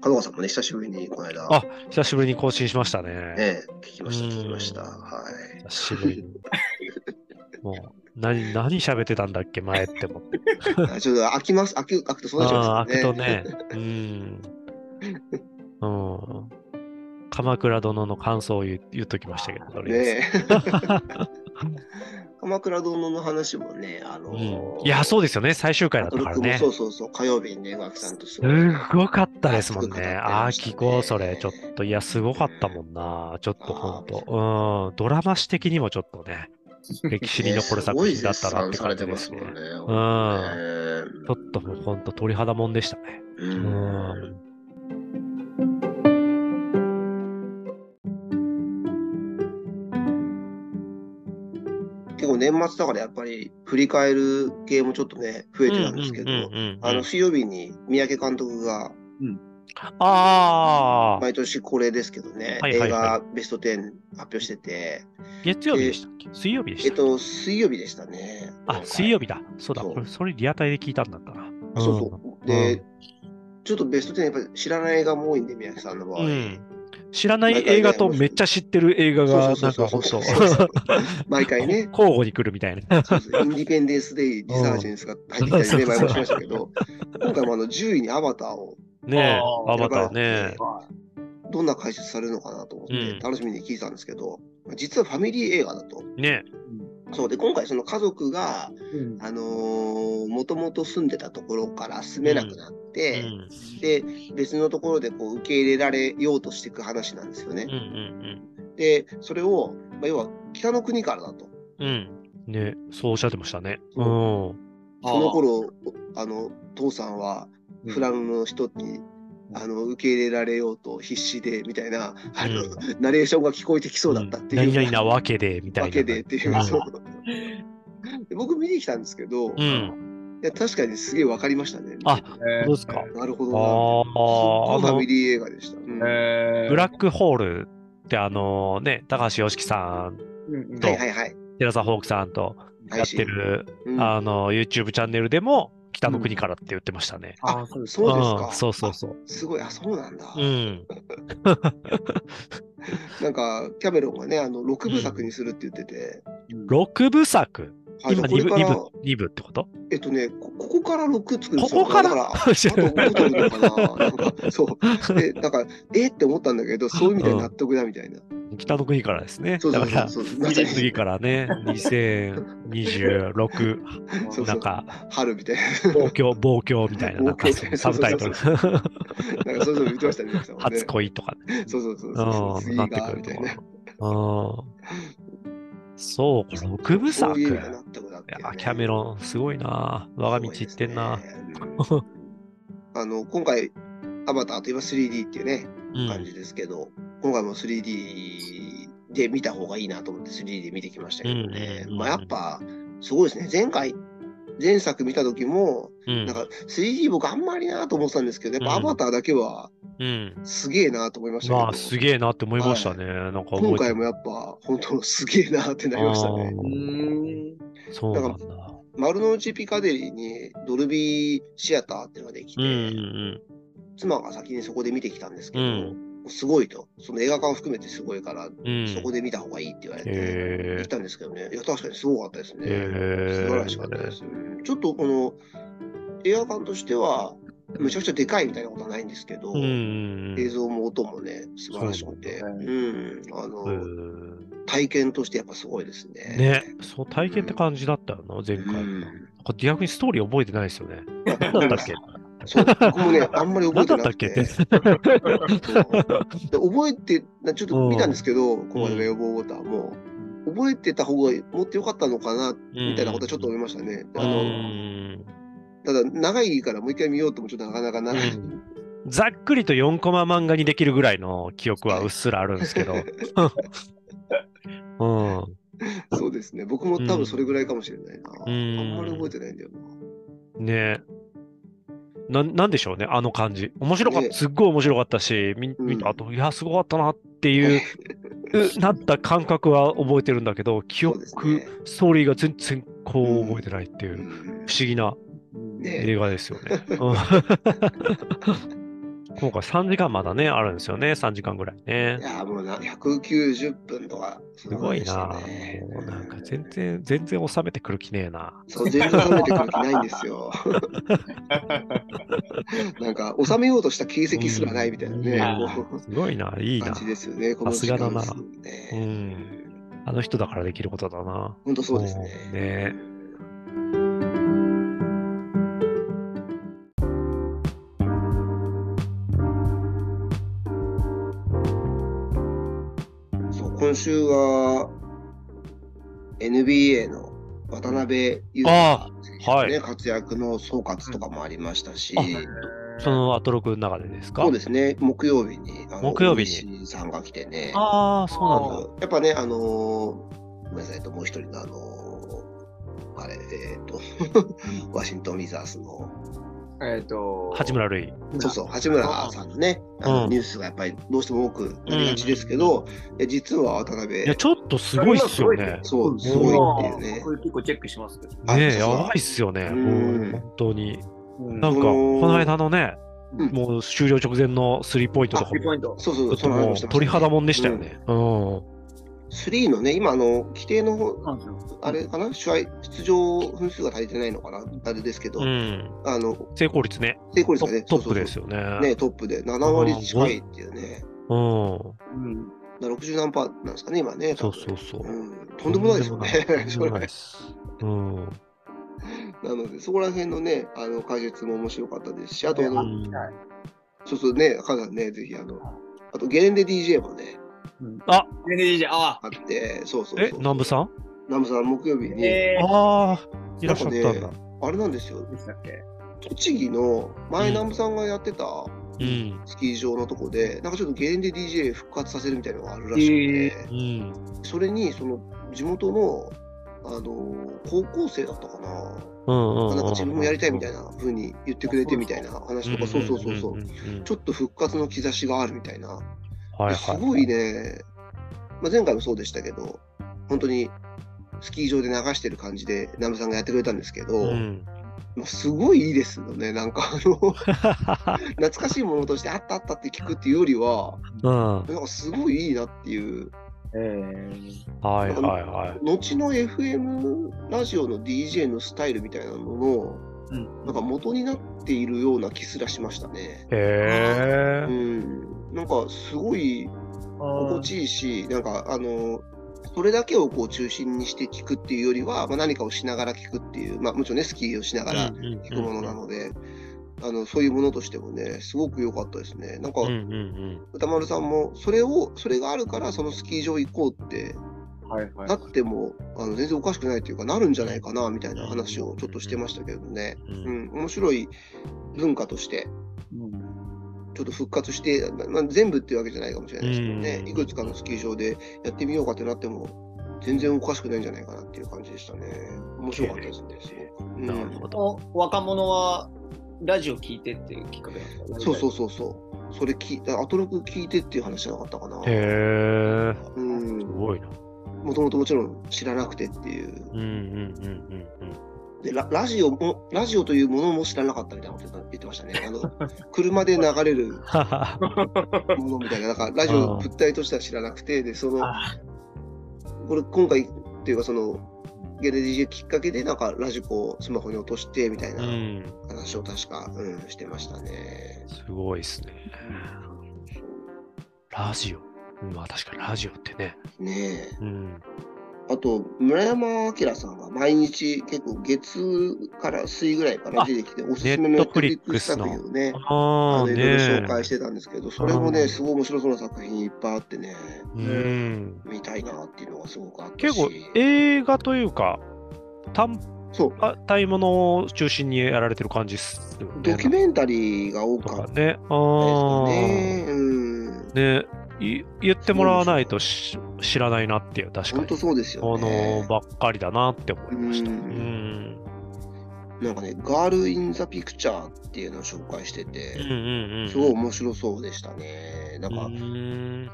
Speaker 1: 角川さんもね、久しぶりにこの間、
Speaker 3: あ久しぶりに更新しましたね。
Speaker 1: ね、聞きました、
Speaker 3: うん
Speaker 1: 聞きました。はい。
Speaker 3: 久しぶりに。もう、何、何喋ってたんだっけ、前って思って。
Speaker 1: あちょっと飽きます、飽き、飽くとそうなっち
Speaker 3: あ
Speaker 1: ゃ
Speaker 3: あ
Speaker 1: うん
Speaker 3: ー、
Speaker 1: です
Speaker 3: 開く
Speaker 1: よ
Speaker 3: と
Speaker 1: [laughs]
Speaker 3: ね。うん。うん。鎌倉殿の感想を言う言っときましたけど、とりあえず
Speaker 1: ね
Speaker 3: [laughs]
Speaker 1: え鎌倉殿の話もね、あの
Speaker 3: うん、いや、そうですよね。最終回だったから
Speaker 1: も
Speaker 3: ね。
Speaker 1: そうそうそう、火曜日にね、ガキさんとす
Speaker 3: す
Speaker 1: ごい
Speaker 3: ごかったですもん
Speaker 1: 熱く語ってました
Speaker 3: ね。
Speaker 1: ね
Speaker 3: ああ、聞こう、それ。ちょっと、いや、すごかったもんな。ちょっと、ほんと。うん。ドラマ史的にもちょっ
Speaker 1: [laughs]
Speaker 3: とね、歴史に残る作品だったなって感じですね。
Speaker 1: ねすごい絶賛されてますもん
Speaker 3: う
Speaker 1: ね。
Speaker 3: ん。
Speaker 1: ね
Speaker 3: ちょっともうほんと鳥肌もんでしたね。
Speaker 1: う
Speaker 3: うんん。
Speaker 1: 結構年末だからやっぱり振り返る系もちょっとね、増えてたんですけど、
Speaker 3: うんうんうんうん
Speaker 1: あの、水曜日に三宅監督が、
Speaker 3: ああ、
Speaker 1: 毎年恒例ですけどね、
Speaker 3: はいはい
Speaker 1: 映
Speaker 3: は
Speaker 1: 画ベスト10発表してて、
Speaker 3: 月曜日でしたっけ水曜日で
Speaker 1: え
Speaker 3: し
Speaker 1: った
Speaker 3: っけ
Speaker 1: と、水曜日でしたね。
Speaker 3: あ、水曜日だ。そうだ。
Speaker 1: そう
Speaker 3: これ、それリアタイで聞いたんだったな。
Speaker 1: そうそう。で、ちょっとベスト10やっぱり知らない映画も多いんで、宮崎さんの場合。
Speaker 3: うん。知らない映画とめっちゃ知ってる映画が、なんかほんと、 [laughs]
Speaker 1: [laughs] 毎回ね
Speaker 3: 交、互に来るみたいな。
Speaker 1: そうそうインディペンデンス・デイ・リサージェンスが入ってきたり
Speaker 3: うん
Speaker 1: ね、前もしましたけど、今回もあの10位にアバターを
Speaker 3: ねえ、
Speaker 2: あー
Speaker 3: アバターね。
Speaker 2: は
Speaker 1: どんな解説されるのかなと思っ
Speaker 3: うん
Speaker 1: て、楽しみに聞いてたんですけど、実はファミリー映画だと。
Speaker 3: ね
Speaker 2: いうん
Speaker 1: そうで、今回その家族が、
Speaker 2: うん
Speaker 1: あのもともと住んでたところから住めなくなって、
Speaker 3: うん
Speaker 1: で、別のところでこう受け入れられようとしていく話なんですよね
Speaker 3: うん。うん
Speaker 1: で、それを、まあ、要は北の国からだと。
Speaker 3: うん。うん。ねそうおっしゃってましたね。う。
Speaker 1: うんその頃、あの、父さんは
Speaker 2: うん
Speaker 1: フランの人に、あの、受け入れられようと必死で、みたいな、あの、ナレーションが聞こえてきそうだったっていう。
Speaker 3: 何々なわけで、みたいな。
Speaker 1: わけでっていうう。
Speaker 3: ん
Speaker 1: そうで僕見に来たんですけど、
Speaker 3: うん。
Speaker 1: いや確かにすげえわかりましたね。
Speaker 3: あ
Speaker 2: え
Speaker 3: どうですか
Speaker 1: なるほどな。
Speaker 3: ああ、あ
Speaker 1: すっごいファ
Speaker 3: の
Speaker 1: ミ、リー映画でした。うん
Speaker 2: ーえー
Speaker 3: ブラックホールってあのね、高橋良樹さん、
Speaker 2: うんうん
Speaker 1: はいはいはい。
Speaker 3: 寺澤ホークさんとやってる、
Speaker 1: うん
Speaker 3: あの、YouTube チャンネルでも、北の国からって言ってましたね。
Speaker 2: あーそうです
Speaker 1: そ
Speaker 2: か
Speaker 1: うですか
Speaker 3: んそうそうそう。
Speaker 1: すごい、あ、そうなんだ。
Speaker 3: うん。
Speaker 1: なんか、キャメロンがね、あの、6部作にするって言ってて、
Speaker 3: 6部作。
Speaker 1: はい
Speaker 3: 今
Speaker 1: こ
Speaker 3: 2
Speaker 1: れ
Speaker 3: 部、
Speaker 1: から
Speaker 3: 2部、二部ってこと
Speaker 1: えっとね、こここから6作るんです
Speaker 3: ここから
Speaker 1: だから、
Speaker 3: [laughs]
Speaker 1: あと5作るのかななんか、そう。で、なんか、えって思ったんだけど、そういう意味で納得だみたいな。
Speaker 3: 北の国からですね。
Speaker 1: そうそう
Speaker 3: だから、
Speaker 1: そうそう。まさに
Speaker 3: 次か
Speaker 1: [laughs]
Speaker 3: らね、2026、
Speaker 1: そう
Speaker 3: なんか、
Speaker 1: 春みたい
Speaker 3: 暴挙、暴挙みたいな、なんか、
Speaker 1: 暴挙
Speaker 3: サブタイトル、
Speaker 1: な。なんか、そうそう言ってましたね、皆さんもね
Speaker 3: 初恋とかね、
Speaker 1: そうそう [laughs] そうそう。
Speaker 3: うん、
Speaker 1: 次
Speaker 3: な
Speaker 1: が
Speaker 3: ってく、
Speaker 1: み
Speaker 3: る
Speaker 1: たい
Speaker 3: と
Speaker 1: な。
Speaker 3: 思うん。そうか、6部
Speaker 1: そう
Speaker 3: 作。
Speaker 1: い
Speaker 3: いう
Speaker 1: 意味で納得だっていうね
Speaker 3: や、キャメロン、すごいな。我が道行ってん
Speaker 1: そう
Speaker 3: な。
Speaker 1: ですねうんあの、今回、アバターといえば 3D っていうね、
Speaker 3: う
Speaker 1: 感じ
Speaker 3: ん。
Speaker 1: ですけど、今回も 3D で見た方がいいなと思って 3D で見てきましたけどね
Speaker 3: うんうんうんうん。
Speaker 1: まあやっぱ、すごいですね。前回、前作見た時も、
Speaker 3: うん
Speaker 1: なんか 3D 僕あんまりなと思ってたんですけど、やっぱアバターだけは
Speaker 3: うん。
Speaker 1: すげえなと思いましたけど、
Speaker 3: まあ、すげえなって思いましたね。なんか覚えて
Speaker 1: 今回もやっぱ本当すげえなってなりましたね。
Speaker 2: うーん
Speaker 3: そうなんだ。
Speaker 1: 丸の内ピカデリーにドルビーシアターっていうのができて、
Speaker 3: うんうん
Speaker 1: 妻が先にそこで見てきたんですけど、
Speaker 3: う
Speaker 1: すごいと、その映画館を含めてすごいから、
Speaker 3: うん。うん。
Speaker 1: そこで見た方がいいって言われて、
Speaker 3: へ
Speaker 1: 行
Speaker 3: え
Speaker 1: ったんですけどね、いや、確かにすごかったですね。素晴らしかったで
Speaker 3: え
Speaker 1: す。うんちょっとこの映画館としては、めちゃくちゃでかいみたいなことはないんですけど、
Speaker 3: うん。
Speaker 1: 映像も音もね、素晴らしくて、
Speaker 2: そううなんだ
Speaker 1: ん、あの、
Speaker 3: うん
Speaker 1: 体験としてやっぱすごいですね。
Speaker 3: ね、そう体験って感じだったよな、前
Speaker 1: う
Speaker 3: 回。なん
Speaker 1: ん。
Speaker 3: か逆にストーリー覚えてないですよね。何だったっけ
Speaker 1: そう、僕もね、あんまり覚えて
Speaker 3: 何だっ
Speaker 1: な
Speaker 3: たっ
Speaker 1: く
Speaker 3: [laughs] け
Speaker 1: て。
Speaker 3: って。
Speaker 1: そうで覚えて、なちょっと見たんですけど、ここまでの要望ボタンも、覚えてた方がもっと良かったのかな、みたいなことはちょっと思いましたね。
Speaker 3: う
Speaker 1: あの、
Speaker 3: ん
Speaker 1: ただ、長いからもう一回見ようともちょっとなかなかならない。
Speaker 3: ざっくりと4コマ漫画にできるぐらいの記憶はうっすらあるんです
Speaker 1: [laughs]
Speaker 3: けど。うん、
Speaker 1: [laughs] そうですね。僕も多分それぐらいかもしれないな。
Speaker 3: うん
Speaker 1: あんまり覚えてないんだよな。
Speaker 3: ねななんでしょうね、あの感じ。面白かった、
Speaker 1: ね
Speaker 3: すっごい面白かったし、み見たあと、いや、すごかったなって
Speaker 1: [laughs]
Speaker 3: いう、うなった感覚は覚えてるんだけど、記憶、
Speaker 1: そうですね
Speaker 3: ストーリーが全然こう覚えてないっていうう、
Speaker 1: ん
Speaker 3: 不思議な
Speaker 1: ね [laughs]
Speaker 3: 映画ですよね。うん今回3時間まだね、あるんですよね。3時間ぐらいね
Speaker 1: い。やー、もうな190分とか、す
Speaker 3: すごいな。もうなんか全然、全然収めてくる気ねえな。
Speaker 1: そう、全然収めてくる気ないんですよ。 [laughs] なんか、収めようとした形跡すらないみたいなね、こ
Speaker 3: うんすごいな、いいう
Speaker 1: 感
Speaker 3: な。
Speaker 1: じですよね、この時間ですね
Speaker 3: う。ん。あの人だからできることだな。
Speaker 1: 本当そうですね。
Speaker 3: うんね
Speaker 1: そう今週は NBA の渡辺裕
Speaker 3: あ
Speaker 1: 選
Speaker 3: あは
Speaker 1: 手
Speaker 3: い
Speaker 1: ね活躍の総括とかもありましたし、
Speaker 3: あそのアトロクの中でですか
Speaker 1: そうですね、木曜日に、あの
Speaker 3: 木曜日に
Speaker 1: 大西さんが来てね、
Speaker 3: ああ、そうなんだ。
Speaker 1: やっぱね、あのーごめんなさいと、もう一人の、あのーあれ、えっ、と、ワシントン・ウィザースの、
Speaker 2: えっと、
Speaker 3: 八村塁。
Speaker 1: そうそう、八村さんのね、あの
Speaker 3: うん
Speaker 1: ニュースがやっぱりどうしても多くなりがちですけど、え実は渡辺
Speaker 3: いや、、ちょっとすごいっすよね。
Speaker 1: そう、す
Speaker 3: う
Speaker 1: ごい
Speaker 2: あ
Speaker 1: っていうね
Speaker 2: こ。れ結構チェックしますけど。
Speaker 1: あ
Speaker 3: ねえ、
Speaker 1: 実
Speaker 3: や
Speaker 1: は
Speaker 3: ばいっすよね。
Speaker 1: うん
Speaker 3: うん本当に。
Speaker 2: うん
Speaker 3: なん
Speaker 1: そ
Speaker 3: か、
Speaker 1: の
Speaker 3: この間のね、
Speaker 1: うん
Speaker 3: もう終了直前のスリーポイントと
Speaker 2: あ
Speaker 3: か
Speaker 2: スリーポイント。
Speaker 1: そうそう
Speaker 3: も、ち
Speaker 1: そ
Speaker 3: ょっと
Speaker 1: の話
Speaker 3: も
Speaker 1: も
Speaker 3: う
Speaker 1: してましたね
Speaker 3: 鳥肌もんでしたよね。うん。
Speaker 1: スリーのね、今、あの規定の方
Speaker 2: そうなんですよ
Speaker 1: あれかな、試合出場分数が足りてないのかな、あれですけど、
Speaker 3: うん。
Speaker 1: あの
Speaker 3: 成功率ね、
Speaker 1: 成功率
Speaker 3: ト
Speaker 1: がね、
Speaker 3: トップです
Speaker 1: よ。
Speaker 3: よね。
Speaker 1: ね、トップで7割近いっていうね、
Speaker 3: うん。
Speaker 2: うん。
Speaker 1: だから60何パーなんですかね、今ね。
Speaker 3: そ
Speaker 1: 多
Speaker 3: う
Speaker 1: 分
Speaker 3: そうそう。
Speaker 1: うん、とんでもないですよね。
Speaker 3: とんでもない
Speaker 1: [laughs]
Speaker 3: です。うん。
Speaker 1: なので、そこら辺のね、あの解説も面白かったですし、あと、あの
Speaker 3: うん
Speaker 1: そうそうね、カナさんね、ぜひ、あの、あとゲレンデ DJ もね、
Speaker 3: あ
Speaker 2: 全然いいじゃんあ
Speaker 1: あって、そうそうそう
Speaker 3: え、南部さん
Speaker 1: 南部さん、木曜日に、
Speaker 2: えー
Speaker 3: ああ、いらっしゃったん
Speaker 1: な
Speaker 3: だ
Speaker 1: ん。あれなんですよ、
Speaker 2: でしたっけ
Speaker 1: 栃木の前、
Speaker 3: うん
Speaker 1: 南部さんがやってた
Speaker 3: うん。
Speaker 1: スキー場のとこで、なんかちょっとゲレンデ DJ 復活させるみたいなのがあるらしくて、
Speaker 3: うん。
Speaker 1: それに、その、地元の、あの、高校生だったかな、
Speaker 3: うんうんうん。
Speaker 1: なんか自分もやりたいみた
Speaker 3: い
Speaker 1: いな風に言ってくれてみたいな話とか、そうそうそうそう。ちょっと復活の兆しがあるみたいな、
Speaker 3: はいはい。
Speaker 1: すごい。ね、まあ、前回もそうでしたけど、本当にスキー場で流してる感じで、ナムさんがやってくれたんですけど、
Speaker 3: うん。
Speaker 1: まあすごいいいですよね、なんかあ
Speaker 3: [laughs]
Speaker 1: の懐かしいものとしてあったあったって聞くっていうよりは、
Speaker 3: うん。はい
Speaker 1: なんかすごいいいなっていう、
Speaker 2: えー
Speaker 3: はいはい。
Speaker 1: 後の FM ラジオの DJ のスタイルみたいなのの、
Speaker 2: うん
Speaker 1: なんか元になっているような気すらしましたね。
Speaker 3: へ
Speaker 1: う
Speaker 3: え。
Speaker 1: ん、なんかすごい心
Speaker 2: あ
Speaker 1: 地いいし、なんかあの、それだけをこう中心にして聞くっていうよりは、まあ、何かをしながら聞くっていう、まあ、もちろんね、スキーをしながら
Speaker 3: うんうんうん
Speaker 1: 聞くものなので、あのそういうものとしてもね、すごく良かったですね。なんか、
Speaker 3: うんうんうん。
Speaker 1: 歌丸さんも、それを、それがあるから、そのスキー場行こうって
Speaker 2: ーはいはい
Speaker 1: なっても、あの全然おかしくないというかなるんじゃないかなみたいな話をちょっとしてましたけどね、
Speaker 3: う
Speaker 1: うんん、面白い文化として
Speaker 2: うん
Speaker 1: ちょっと復活して、ままあ、全部っていうわけじゃないかもしれないですけどね
Speaker 3: う、ん
Speaker 1: いくつかのスキー場でやってみようかってなっても、全然おかしくないんじゃないかなっていう感じでしたね。面白かったですね、すごく。うん
Speaker 3: なるほど。
Speaker 2: この若者はラジオ聞いてっていうきっかけなんです
Speaker 1: そ
Speaker 2: か
Speaker 1: うそうそうそう。それ聞いた、アトロク聞いてっていう話じゃなかったかな。う
Speaker 3: へえ。す
Speaker 1: ん。
Speaker 3: ごいな。
Speaker 1: もともともちろん知らなくてっていう。
Speaker 3: うんうんうんうんうん。
Speaker 1: でラ、ラジオも、ラジオというものも知らなかったみたいなこと言ってました [laughs] ね。あの、車で流れる
Speaker 3: はは。。
Speaker 1: ものみたいな、なんかラジオ物体としては知らなくて、で、その、
Speaker 2: あ
Speaker 1: これ今回っていうかそのゲレ DJ きっかけでなんかラジコをスマホに落としてみたいうなん話を確か、うん、してましたね。
Speaker 3: すごいっすね。ラジオ。うんまあ確かにラジオってね。
Speaker 1: ねえ。
Speaker 3: うん。
Speaker 1: あと村山明さんが毎日結構月から水ぐらいから
Speaker 3: あ
Speaker 1: 出てきておすすめの Netflix 作品をね、あ
Speaker 3: ああ
Speaker 1: のいろいろ紹
Speaker 3: ね
Speaker 1: 介してたんですけど、それも
Speaker 3: う
Speaker 1: ね、
Speaker 3: ん
Speaker 1: すごい面白そうな作品いっぱいあってね、
Speaker 3: うん。
Speaker 1: 見たいなっていうのがすごくあったし。
Speaker 3: 結構映画というか単
Speaker 1: そう、
Speaker 3: 体ものを中心にやられてる感じっすよね。
Speaker 1: ドキュメンタリーが多
Speaker 3: と
Speaker 1: か
Speaker 3: か
Speaker 1: ったです
Speaker 3: ね。あ
Speaker 1: よ
Speaker 3: あ。
Speaker 1: ね。うん
Speaker 3: ねい言ってもらわないとし知らないなっていう確か
Speaker 1: 本
Speaker 3: に
Speaker 1: 当そうですよ
Speaker 3: もの
Speaker 1: ね。
Speaker 3: ばっかりだなって思いました。
Speaker 1: う
Speaker 3: うんん。
Speaker 1: なんかね、ガール・イン・ザ・ピクチャーっていうのを紹介して
Speaker 3: うんう
Speaker 1: て、
Speaker 3: んうん。
Speaker 1: すごい面白そうでしたね。なんか、
Speaker 3: うん。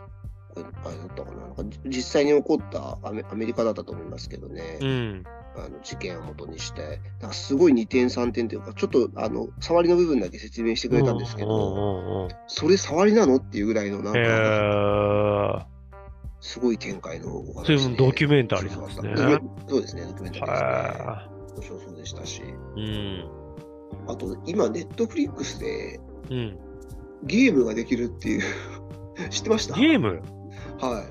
Speaker 1: あれだったかななんかじ実際に起こったアメアメリカだったと思いますけどね、
Speaker 3: うん。
Speaker 1: あの事件を元にして、なんかすごい二点三点というか、ちょっとあの触りの部分だけ説明してくれたんですけど、
Speaker 3: うんうんうんうん
Speaker 1: それ触りなのっていうぐらいのなん
Speaker 3: へ
Speaker 1: か、
Speaker 3: ー
Speaker 1: すごい展開のお話
Speaker 3: それもドキュメンタリーなんですね
Speaker 1: そうそうそうですね、ドキュメンタリーですね。
Speaker 3: は
Speaker 1: 面白そうでしたし、
Speaker 3: いうん
Speaker 1: あと今、ネットフリックスで
Speaker 3: うん
Speaker 1: ゲームができるっていう、 [laughs] 知ってました
Speaker 3: ゲーム
Speaker 1: は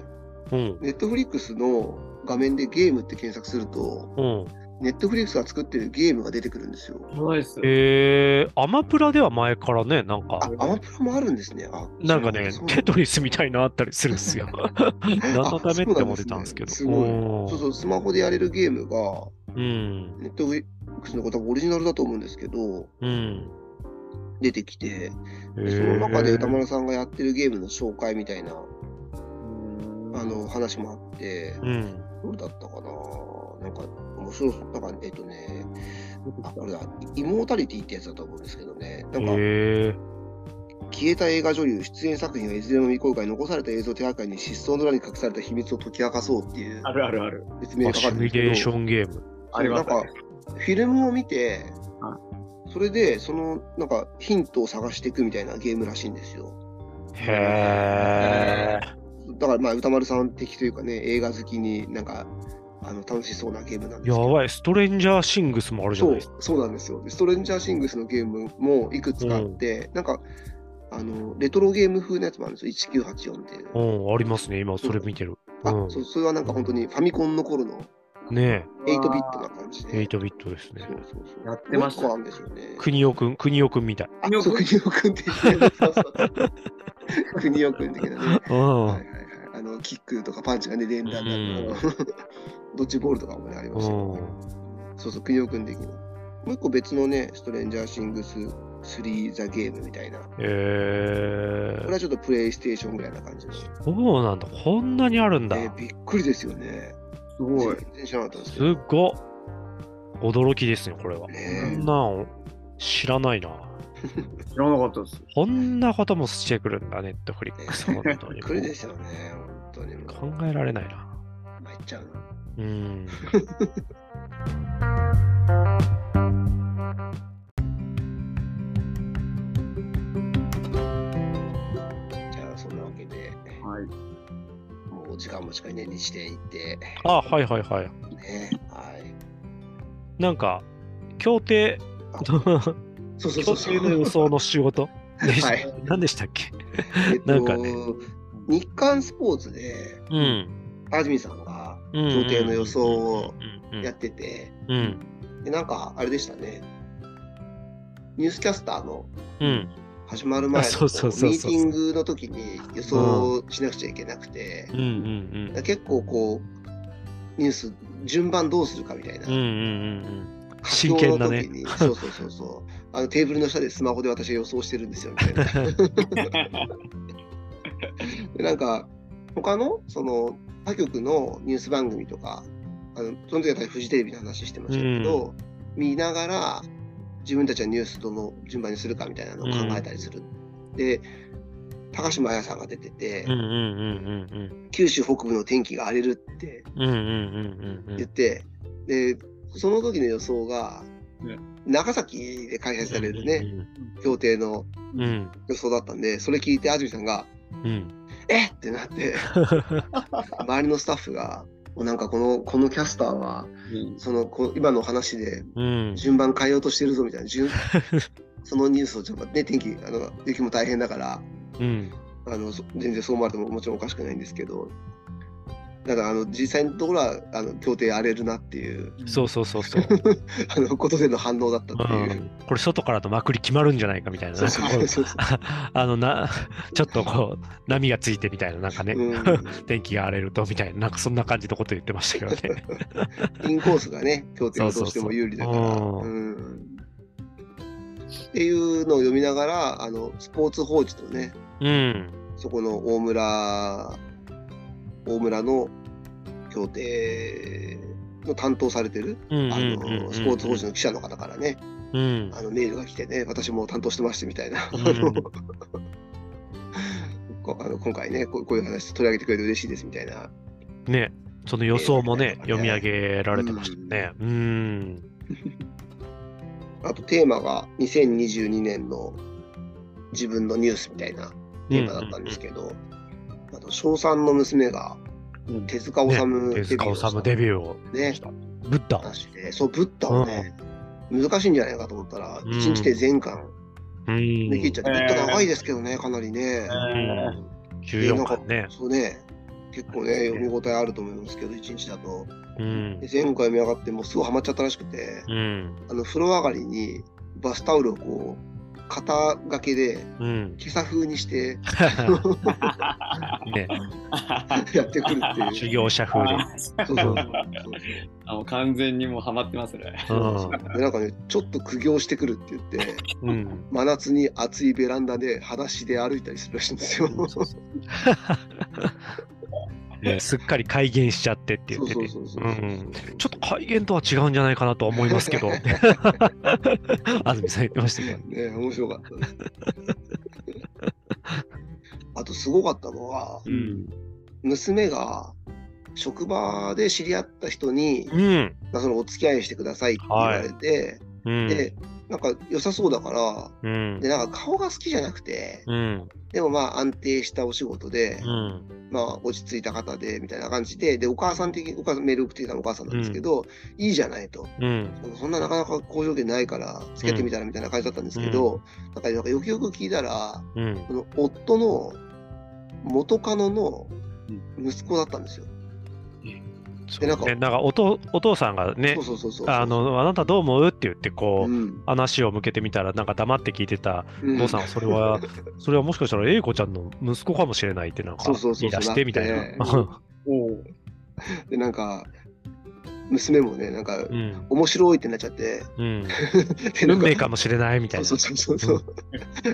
Speaker 3: うん
Speaker 1: い。ネットフリックスの画面でゲームって検索すると、
Speaker 3: うん。
Speaker 1: ネットフリックスが作ってるゲームが出てくるんですよ。
Speaker 2: そうです。
Speaker 3: えー、アマプラでは前からね、なん
Speaker 1: あ
Speaker 3: か、、
Speaker 1: アマプラもあるんですね。あ
Speaker 3: なんかね
Speaker 1: そう、なんだ
Speaker 3: テトリスみたいなのあったりする
Speaker 1: [laughs]
Speaker 3: んですよ。何のためって思ってたんですけど。
Speaker 1: あそうなん
Speaker 3: うん
Speaker 1: そうそう、スマホでやれるゲームが、
Speaker 3: うん。
Speaker 1: ネットフリックスの方がオリジナルだと思うんですけど、
Speaker 3: うん。
Speaker 1: 出てきて、
Speaker 3: そ
Speaker 1: でその中で歌丸さんがやってるゲームの紹介みたいな、あ
Speaker 2: あの、
Speaker 1: の、話もあって、
Speaker 3: うん。
Speaker 1: どれだったかななんか、面白そう。なんか、えっとね、あ、これだ、イモータリティってやつだと思うんですけどね、なんか、
Speaker 3: え
Speaker 1: 消えた映画女優、出演作品はいずれも未公開、残された映像を手がかりに失踪の裏に隠された秘密を解き明かそうっていう
Speaker 2: あるあるある。
Speaker 1: 説
Speaker 3: ー
Speaker 1: 明
Speaker 3: あ
Speaker 1: が書か
Speaker 3: シ
Speaker 1: れ
Speaker 3: ミ
Speaker 1: てるんで
Speaker 3: ュレー
Speaker 1: す
Speaker 3: シ
Speaker 1: けど
Speaker 3: ョ、ンゲーム。
Speaker 2: ありま
Speaker 1: なん
Speaker 2: した
Speaker 1: か
Speaker 2: ね。、
Speaker 1: フィルムを見て
Speaker 2: は、
Speaker 1: それで、その、なんか、ヒントを探していくみたいなゲームらしいんですよ。
Speaker 3: へ
Speaker 1: だから、まあ、歌丸さん的というかね、映画好きになんか、あの、楽しそうなゲームなんで
Speaker 3: や
Speaker 1: すけど。
Speaker 3: ばい、ストレンジャーシングスもあるじゃ
Speaker 1: そ
Speaker 3: ないうですか。
Speaker 1: そうなんですよ。でストレンジャーシングスのゲームもいくつかあって、なんかあの、レトロゲーム風のやつもあるんですよ、1984っていう。
Speaker 3: うん、ありますね、今それ見てる。
Speaker 1: あ、
Speaker 3: うん
Speaker 1: そうそれはなんか本当にファミコンの頃の
Speaker 3: ね
Speaker 1: 8ビットな感じ
Speaker 3: え、
Speaker 1: で。
Speaker 3: 8ビットです
Speaker 1: そ
Speaker 3: ね
Speaker 1: う。そうそう
Speaker 2: やってました
Speaker 1: もう一個あるんですよね。
Speaker 3: 国尾くん、国尾くんみたい。
Speaker 1: あ、そう、国尾くんって言ってそうそうそう。国尾くん的なね。
Speaker 3: う
Speaker 1: はいはい
Speaker 3: ん。
Speaker 1: はい。あの、キックとかパンチがね、連打になって、あのドッジボールとかもね、ありま
Speaker 3: う
Speaker 1: したけど
Speaker 3: ん。
Speaker 1: そうそう、国尾くん的な。もう一個別のね、ストレンジャーシングス3ザゲームみたいな。こ
Speaker 3: え
Speaker 1: れ
Speaker 3: ー、
Speaker 1: はちょっとプレイステーションぐらいな感じの。
Speaker 3: そうなんだ。こんなにあるんだ。
Speaker 1: えーびっくりですよね。
Speaker 2: すごい。
Speaker 1: 全然知らなかったんですけ
Speaker 3: す
Speaker 1: ど。
Speaker 3: っごっ驚きですね、これは。こ
Speaker 1: ね
Speaker 3: んなん知らないな。
Speaker 2: 知らなかったです。
Speaker 3: こんなこともしてくるんだ、ネットフリックス。
Speaker 1: ね
Speaker 3: 本当
Speaker 1: えび
Speaker 3: に
Speaker 1: っ。くりですよね。本当にもう。
Speaker 3: 考えられないな。
Speaker 1: 参っちゃうな。
Speaker 3: うん。
Speaker 1: じゃあ、そんなわけで、
Speaker 2: はい。
Speaker 1: もうお時間も近いね、にしていって、
Speaker 3: あ、はいはいはい。
Speaker 1: ね。はい。
Speaker 3: なんか、協定、
Speaker 1: あ
Speaker 3: 協
Speaker 1: そうそうそうそう。
Speaker 3: 定の予想の仕事。でし
Speaker 1: はい
Speaker 3: 何でしたっけ
Speaker 1: えっと
Speaker 3: なんかね
Speaker 1: 日刊スポーツで、
Speaker 3: うん。
Speaker 1: 安住さんが
Speaker 3: うん
Speaker 1: 協定の予想を
Speaker 3: うんうん
Speaker 1: やってて、
Speaker 3: うん。
Speaker 1: でなんかあれでしたね、ニュースキャスターの
Speaker 3: うん。
Speaker 1: 始まる前
Speaker 3: あ
Speaker 1: のこ
Speaker 3: そううそう
Speaker 1: ミ
Speaker 3: そう
Speaker 1: ーティ
Speaker 3: そう
Speaker 1: ングの時に予想しなくちゃいけなくて、
Speaker 3: うん。うん。
Speaker 1: 結構こう、ニュース、順番どうするかみたいな。
Speaker 3: うん。うん。うん。
Speaker 1: 活
Speaker 3: 真
Speaker 1: 動
Speaker 3: 剣
Speaker 1: の
Speaker 3: だ
Speaker 1: 時
Speaker 3: ね
Speaker 1: にそうそうそう
Speaker 3: [laughs]
Speaker 1: そう。あのテーブルの下でスマホで私は予想してるんですよ、みたいな。
Speaker 3: [laughs]
Speaker 1: でなんか他のその他局のニュース番組とかあのその時はフジテレビの話してましたけど、見ながら自分たちはニュースどの順番にするかみたいなのを考えたりする。で高島彩さんが出てて、
Speaker 3: うん。うん。うん。うん。うん。
Speaker 1: 九州北部の天気が荒れるって
Speaker 3: うん。うん。うん。うん。うん
Speaker 1: 言って、でその時の予想が、
Speaker 2: うん
Speaker 1: 長崎で開催されるね、。協定の
Speaker 3: うん。うん。
Speaker 1: 予想だったんでそれ聞いて安住さんが
Speaker 3: うん。
Speaker 1: 「えっ!」ってなっ
Speaker 3: [laughs]
Speaker 1: て。周りのスタッフが、もうなんかこのこのキャスターは、そのこ今の話で
Speaker 3: うん。
Speaker 1: 順番変えようとしてるぞみたいな、順 [laughs] そのニュースをちょっとね、天気、あの雪も大変だから
Speaker 3: うん。
Speaker 1: あの、そ全然そう思われてももちろんおかしくないんですけど、だからあの実際のところはあの協定荒れるなっていう
Speaker 3: そう
Speaker 2: す。
Speaker 3: そうそうそう。
Speaker 1: あのことでの反応だったっていう
Speaker 3: う。んこれ外からのまくり決まるんじゃないかみたいな。
Speaker 1: そうそうそうそう
Speaker 3: [laughs] あのな、 [laughs] ちょっとこう、波がついてみたいな、なんかね、 [laughs]
Speaker 1: うん
Speaker 3: 天気が荒れるとみたいな、なんかそんな感じのこと言ってました
Speaker 1: [laughs]
Speaker 3: けどね。
Speaker 1: インコースがね、協定はどうして
Speaker 3: そうそうそ
Speaker 1: も
Speaker 3: う
Speaker 1: 有利だから。
Speaker 3: うん
Speaker 1: うんっていうのを読みながら、あのスポーツ報知とね、
Speaker 3: うん。
Speaker 1: そこの大村、大村の協定の担当されてる、
Speaker 3: うん
Speaker 1: あ
Speaker 3: うんうんう
Speaker 1: の
Speaker 3: ん。
Speaker 1: スポーツ報知の記者の方からね、
Speaker 3: うん。
Speaker 1: あのメールが来てね、私も担当してましてみたいな、
Speaker 3: うん
Speaker 1: あの [laughs] こあの今回ねこう、こういう話取り上げてくれて嬉しいですみたいな。
Speaker 3: ね、その予想も
Speaker 1: [laughs]
Speaker 3: ね、
Speaker 1: えー
Speaker 3: 読み上げられてましたね。うーん。
Speaker 1: あとテーマが2022年の自分のニュースみたいなテーマだったんですけど、あと、小3の娘が
Speaker 2: うん
Speaker 1: 手塚治虫
Speaker 3: ね手塚治虫デビューを
Speaker 1: ね
Speaker 3: した。ブッダ。
Speaker 1: 話で、そう、ブッダをね、難しいんじゃないかと思ったら、
Speaker 3: ん
Speaker 1: 1日で全巻
Speaker 3: う
Speaker 1: でき
Speaker 3: ー
Speaker 1: っ
Speaker 3: ん
Speaker 1: ちゃって、ブッダ長いですけどね、かなりね。
Speaker 2: う
Speaker 1: で
Speaker 2: ん
Speaker 1: な
Speaker 3: 14
Speaker 1: んか
Speaker 3: 巻ね。
Speaker 1: そうね、結構ね、
Speaker 3: そうですね
Speaker 1: 読み応えあると思いますけど、1日だと。
Speaker 3: うん
Speaker 1: で。前回読み上がって、もうすぐハマっちゃったらしくて、
Speaker 3: うん。
Speaker 1: あの、風呂上がりにバスタオルをこう、肩掛けで、 [laughs]
Speaker 3: うん。 [laughs]
Speaker 1: 今朝風にして
Speaker 3: ね、
Speaker 1: [laughs] やってくるっていう。
Speaker 3: [laughs] 修行者風に。
Speaker 1: そうそうそう
Speaker 2: [laughs] あもう完全にもうハマってますね。
Speaker 1: そう。で、なんかね、ちょっと苦行してくるって言
Speaker 3: [laughs]
Speaker 1: って、
Speaker 3: うん。うん
Speaker 1: 真夏に暑いベランダで裸足で歩いたりするらしいんですよ。
Speaker 3: そうそうそうねすっかり改元しちゃってって言ってて。
Speaker 1: そうそうそうそう
Speaker 3: う。んちょっと改元とは違うんじゃないかなとは思いますけど。 [laughs] 安住さん言ってましたけど。
Speaker 1: ね面白かったです。あとすごかったのは、
Speaker 3: うん。
Speaker 1: 娘が職場で知り合った人に、
Speaker 3: うん。
Speaker 1: まあ、そのお付き合いしてくださいって言われて、
Speaker 3: うん
Speaker 1: で、なんか良さそうだから、
Speaker 3: うん
Speaker 1: で、。なんか顔が好きじゃなくて、
Speaker 3: うん。
Speaker 1: でもまあ安定したお仕事で、
Speaker 3: うん。
Speaker 1: まあ落ち着いた方で、みたいな感じで、で、お母さん的、お母さんメール送ってきたお母さんなんですけど、いいじゃないと。
Speaker 3: うん。
Speaker 1: そんななかなか好条件ないから、付き合ってみたらみたいな感じだったんですけど、なんか、なんかよくよく聞いたら、
Speaker 3: うん。
Speaker 1: この夫の元カノの息子だったんですよ。
Speaker 3: そう
Speaker 1: でなんか
Speaker 3: ねなんかおとお父さんがね
Speaker 1: そう、そうそうそう。
Speaker 3: あの、あなたどう思うって言って、
Speaker 1: う
Speaker 3: こう、
Speaker 1: ん、
Speaker 3: 話を向けてみたら、なんか黙って聞いてた
Speaker 1: う
Speaker 3: お父さんは、それは、 [laughs] それはもしかしたら、英子ちゃんの息子かもしれないって、なんか
Speaker 1: そうそう、そ
Speaker 3: 言
Speaker 1: う
Speaker 3: い出してみたい
Speaker 1: なって
Speaker 3: な。
Speaker 2: おう
Speaker 1: で、なんか、娘もね、なんか、
Speaker 3: [laughs] うん。
Speaker 1: 面白いってなっちゃって、
Speaker 3: うん。
Speaker 1: でなん
Speaker 3: 運命かもしれないみたいな。
Speaker 1: そうそうそうそう。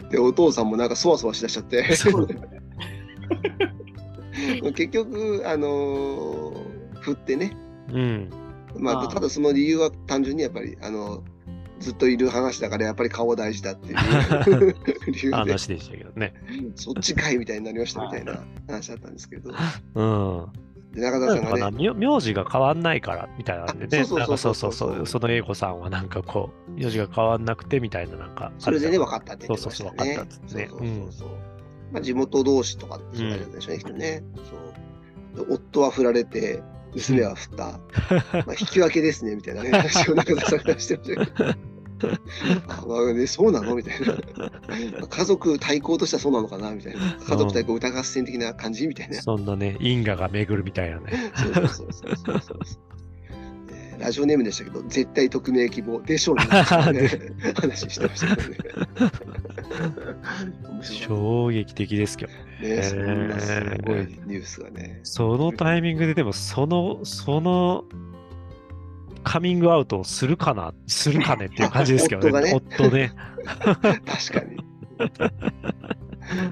Speaker 1: で、お父さんもなんか、そわそわしだしちゃって、
Speaker 3: そう
Speaker 1: 結局、あのー振ってね、 [laughs]
Speaker 3: うん。
Speaker 1: まあ、
Speaker 2: あー
Speaker 1: ただその理由は単純にやっぱりあのずっといる話だからやっぱり顔大事だっていう [laughs] 理由で
Speaker 3: 話でしたけどね。
Speaker 1: そっちかいみたいになりましたみたいな話だったんです [laughs] けど
Speaker 3: うん。
Speaker 1: で中田
Speaker 3: な
Speaker 1: さ
Speaker 3: ん
Speaker 1: ん
Speaker 3: か
Speaker 1: が
Speaker 3: な、
Speaker 1: ね
Speaker 3: 名名字が変わんないからみたいなんでね。
Speaker 1: あそう
Speaker 3: なんかそ
Speaker 1: そうう
Speaker 3: そ
Speaker 1: そううそう
Speaker 3: そう。その英子さんはなんかこう、名字が変わんなくてみたいな、なんか。
Speaker 1: それでね分か
Speaker 3: っ
Speaker 1: ったって言ってました
Speaker 3: そうそうそう
Speaker 1: ね
Speaker 3: 分かったっつってね
Speaker 1: そうそうそうそうまあ地元同士とかってそうなるんでしょうね、きっとねそうで夫は振られて娘は振
Speaker 3: [laughs]
Speaker 1: った、まあ、引き分けですねみたいなね話を中田さんがしてましたけど
Speaker 3: [laughs]
Speaker 1: あまあね、そうなのみたいな。
Speaker 3: [laughs]
Speaker 1: 家族対抗としてはそうなのかなみたいな。家族対抗歌合戦的な感じみたいな。
Speaker 3: そんなね、因果が巡るみたいなね。
Speaker 1: そうそうそうそうそうそうえーラジオネームでしたけど、絶対匿名希望でしょうね。話してましたけどね。面白
Speaker 3: 衝撃的ですけど
Speaker 1: いね。そんなすごいニュースがね。
Speaker 3: そのタイミングででも、その、その、カミングアウトをするかな、するかねっていう感じですけどね。
Speaker 1: [laughs]
Speaker 3: 夫
Speaker 1: 夫
Speaker 3: ね。
Speaker 1: 確かに。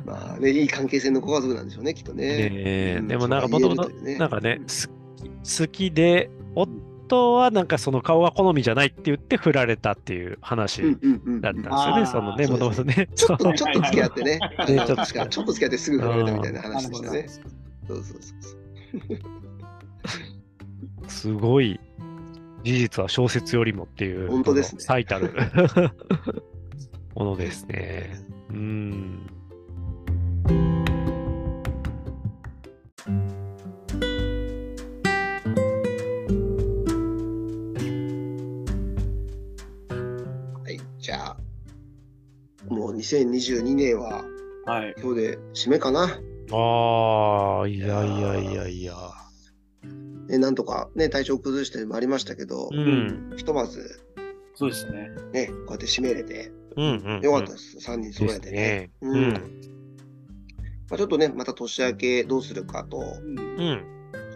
Speaker 1: まあね、いい関係性のご家族なんでしょうね、きっとね。
Speaker 3: ねえ
Speaker 1: うん
Speaker 3: でもなんか
Speaker 1: そう言える
Speaker 3: 元々
Speaker 1: というね
Speaker 3: なんかね、好き好きで、夫はなんかその顔が好みじゃないって言って振られたっていう話
Speaker 1: うんうんうん
Speaker 3: だったんですよね、
Speaker 2: あー
Speaker 3: そのね、
Speaker 1: そ
Speaker 3: も
Speaker 1: う
Speaker 3: と
Speaker 1: で
Speaker 3: も
Speaker 1: す
Speaker 3: とね。
Speaker 1: ちょっ
Speaker 3: そ
Speaker 1: と、
Speaker 3: う
Speaker 1: ちょっと付き合ってね。あ
Speaker 3: ね
Speaker 1: の
Speaker 3: ちょっと
Speaker 1: 確かちょっと付き合ってすぐ振られたみたいな話でしたね。
Speaker 2: な
Speaker 1: そうそうそうそう。
Speaker 3: すごい、事実は小説よりもっていう、
Speaker 1: 本当ですね
Speaker 3: この最たるものですね。うん。
Speaker 1: はい、じゃあ、もう2022年は
Speaker 2: はい。
Speaker 1: 今日で締めかな。
Speaker 3: ああ、いやいやいやいや。
Speaker 1: ね、なんとかね、体調崩してもありましたけど、
Speaker 3: うん。
Speaker 1: ひとまず
Speaker 2: そうですね。
Speaker 1: ね、こうやって締めれて、
Speaker 3: うんうん、うん。
Speaker 1: よかったです。3人揃え
Speaker 3: です
Speaker 1: てね。
Speaker 3: ね。
Speaker 1: うん。まあ、ちょっとね、また年明けどうするかと、
Speaker 2: うん
Speaker 3: うん。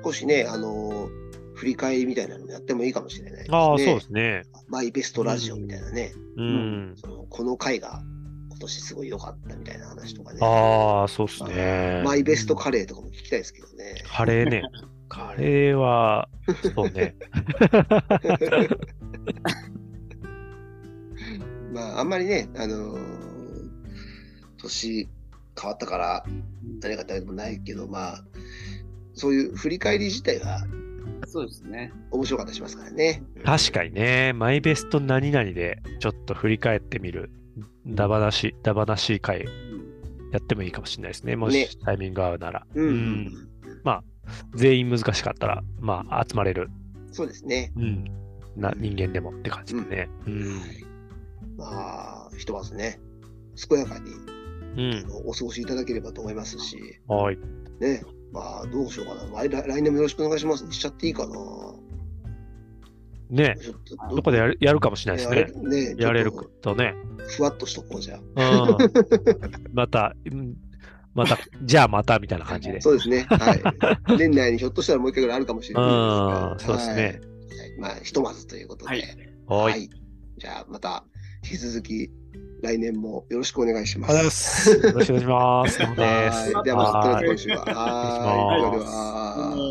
Speaker 1: 少しね、あの振り返りみたいなのもやってもいいかもしれないですね。
Speaker 3: ああ、そうですね。
Speaker 1: マイベストラジオみたいなね、
Speaker 3: うん。
Speaker 1: そのこの回が今年すごい良かったみたいな話とかね。
Speaker 3: ああ、そうっすね。
Speaker 1: マイベストカレーとかも聞きたいですけどね。
Speaker 3: カレーね。カレーは、そうね。 [laughs]
Speaker 1: [laughs] まあ、あんまりね、あのー年変わったから誰が誰でもないけどまあそういう振り返り自体が
Speaker 2: そうですね。
Speaker 1: 面白かったりしますからね。
Speaker 3: 確かにね、マイベスト何々でちょっと振り返ってみる、ダバなし、ダバなし会
Speaker 2: うん
Speaker 3: やってもいいかもしれないですね、も
Speaker 1: ね
Speaker 3: しタイミング合うなら。
Speaker 1: うん、
Speaker 3: 全員難しかったら、まあ、集まれる、
Speaker 1: そうですね。
Speaker 3: うん、な
Speaker 1: うん
Speaker 3: 人間でもって感じだね。うん
Speaker 1: まあ、ひとまずね、健やかに
Speaker 3: うん
Speaker 1: お過ごしいただければと思いますし、
Speaker 3: はい。
Speaker 1: ね、まあ、どうしようかな。来来来年もよろしくお願いしますにしちゃっていいかな。
Speaker 3: ね
Speaker 1: ちょっと
Speaker 3: どこでやるやるかもしれないですね。
Speaker 1: ね
Speaker 3: やれる
Speaker 1: ちょっ
Speaker 3: とね。
Speaker 1: とふわっとしとこうじゃあ。
Speaker 3: うんまた、うんまた、じゃあまたみたいな感じで。
Speaker 1: そうですね。
Speaker 3: [laughs]
Speaker 1: はい。年内にひょっとしたらもう一回ぐらいあるかもしれ
Speaker 3: う
Speaker 1: なんいです
Speaker 3: そうです
Speaker 1: は
Speaker 3: ね。
Speaker 1: い。はいまあ、ひとまずということで。
Speaker 2: はい
Speaker 3: [laughs] はい。あり
Speaker 1: じゃあ、また引き続き来年もよろしくお願いしま。
Speaker 3: がとうございますす。よろしくお願いします。
Speaker 1: は
Speaker 3: で
Speaker 1: い
Speaker 3: す
Speaker 1: ではまた
Speaker 3: はい
Speaker 1: 今週は。
Speaker 3: お願いします
Speaker 1: はいではでは。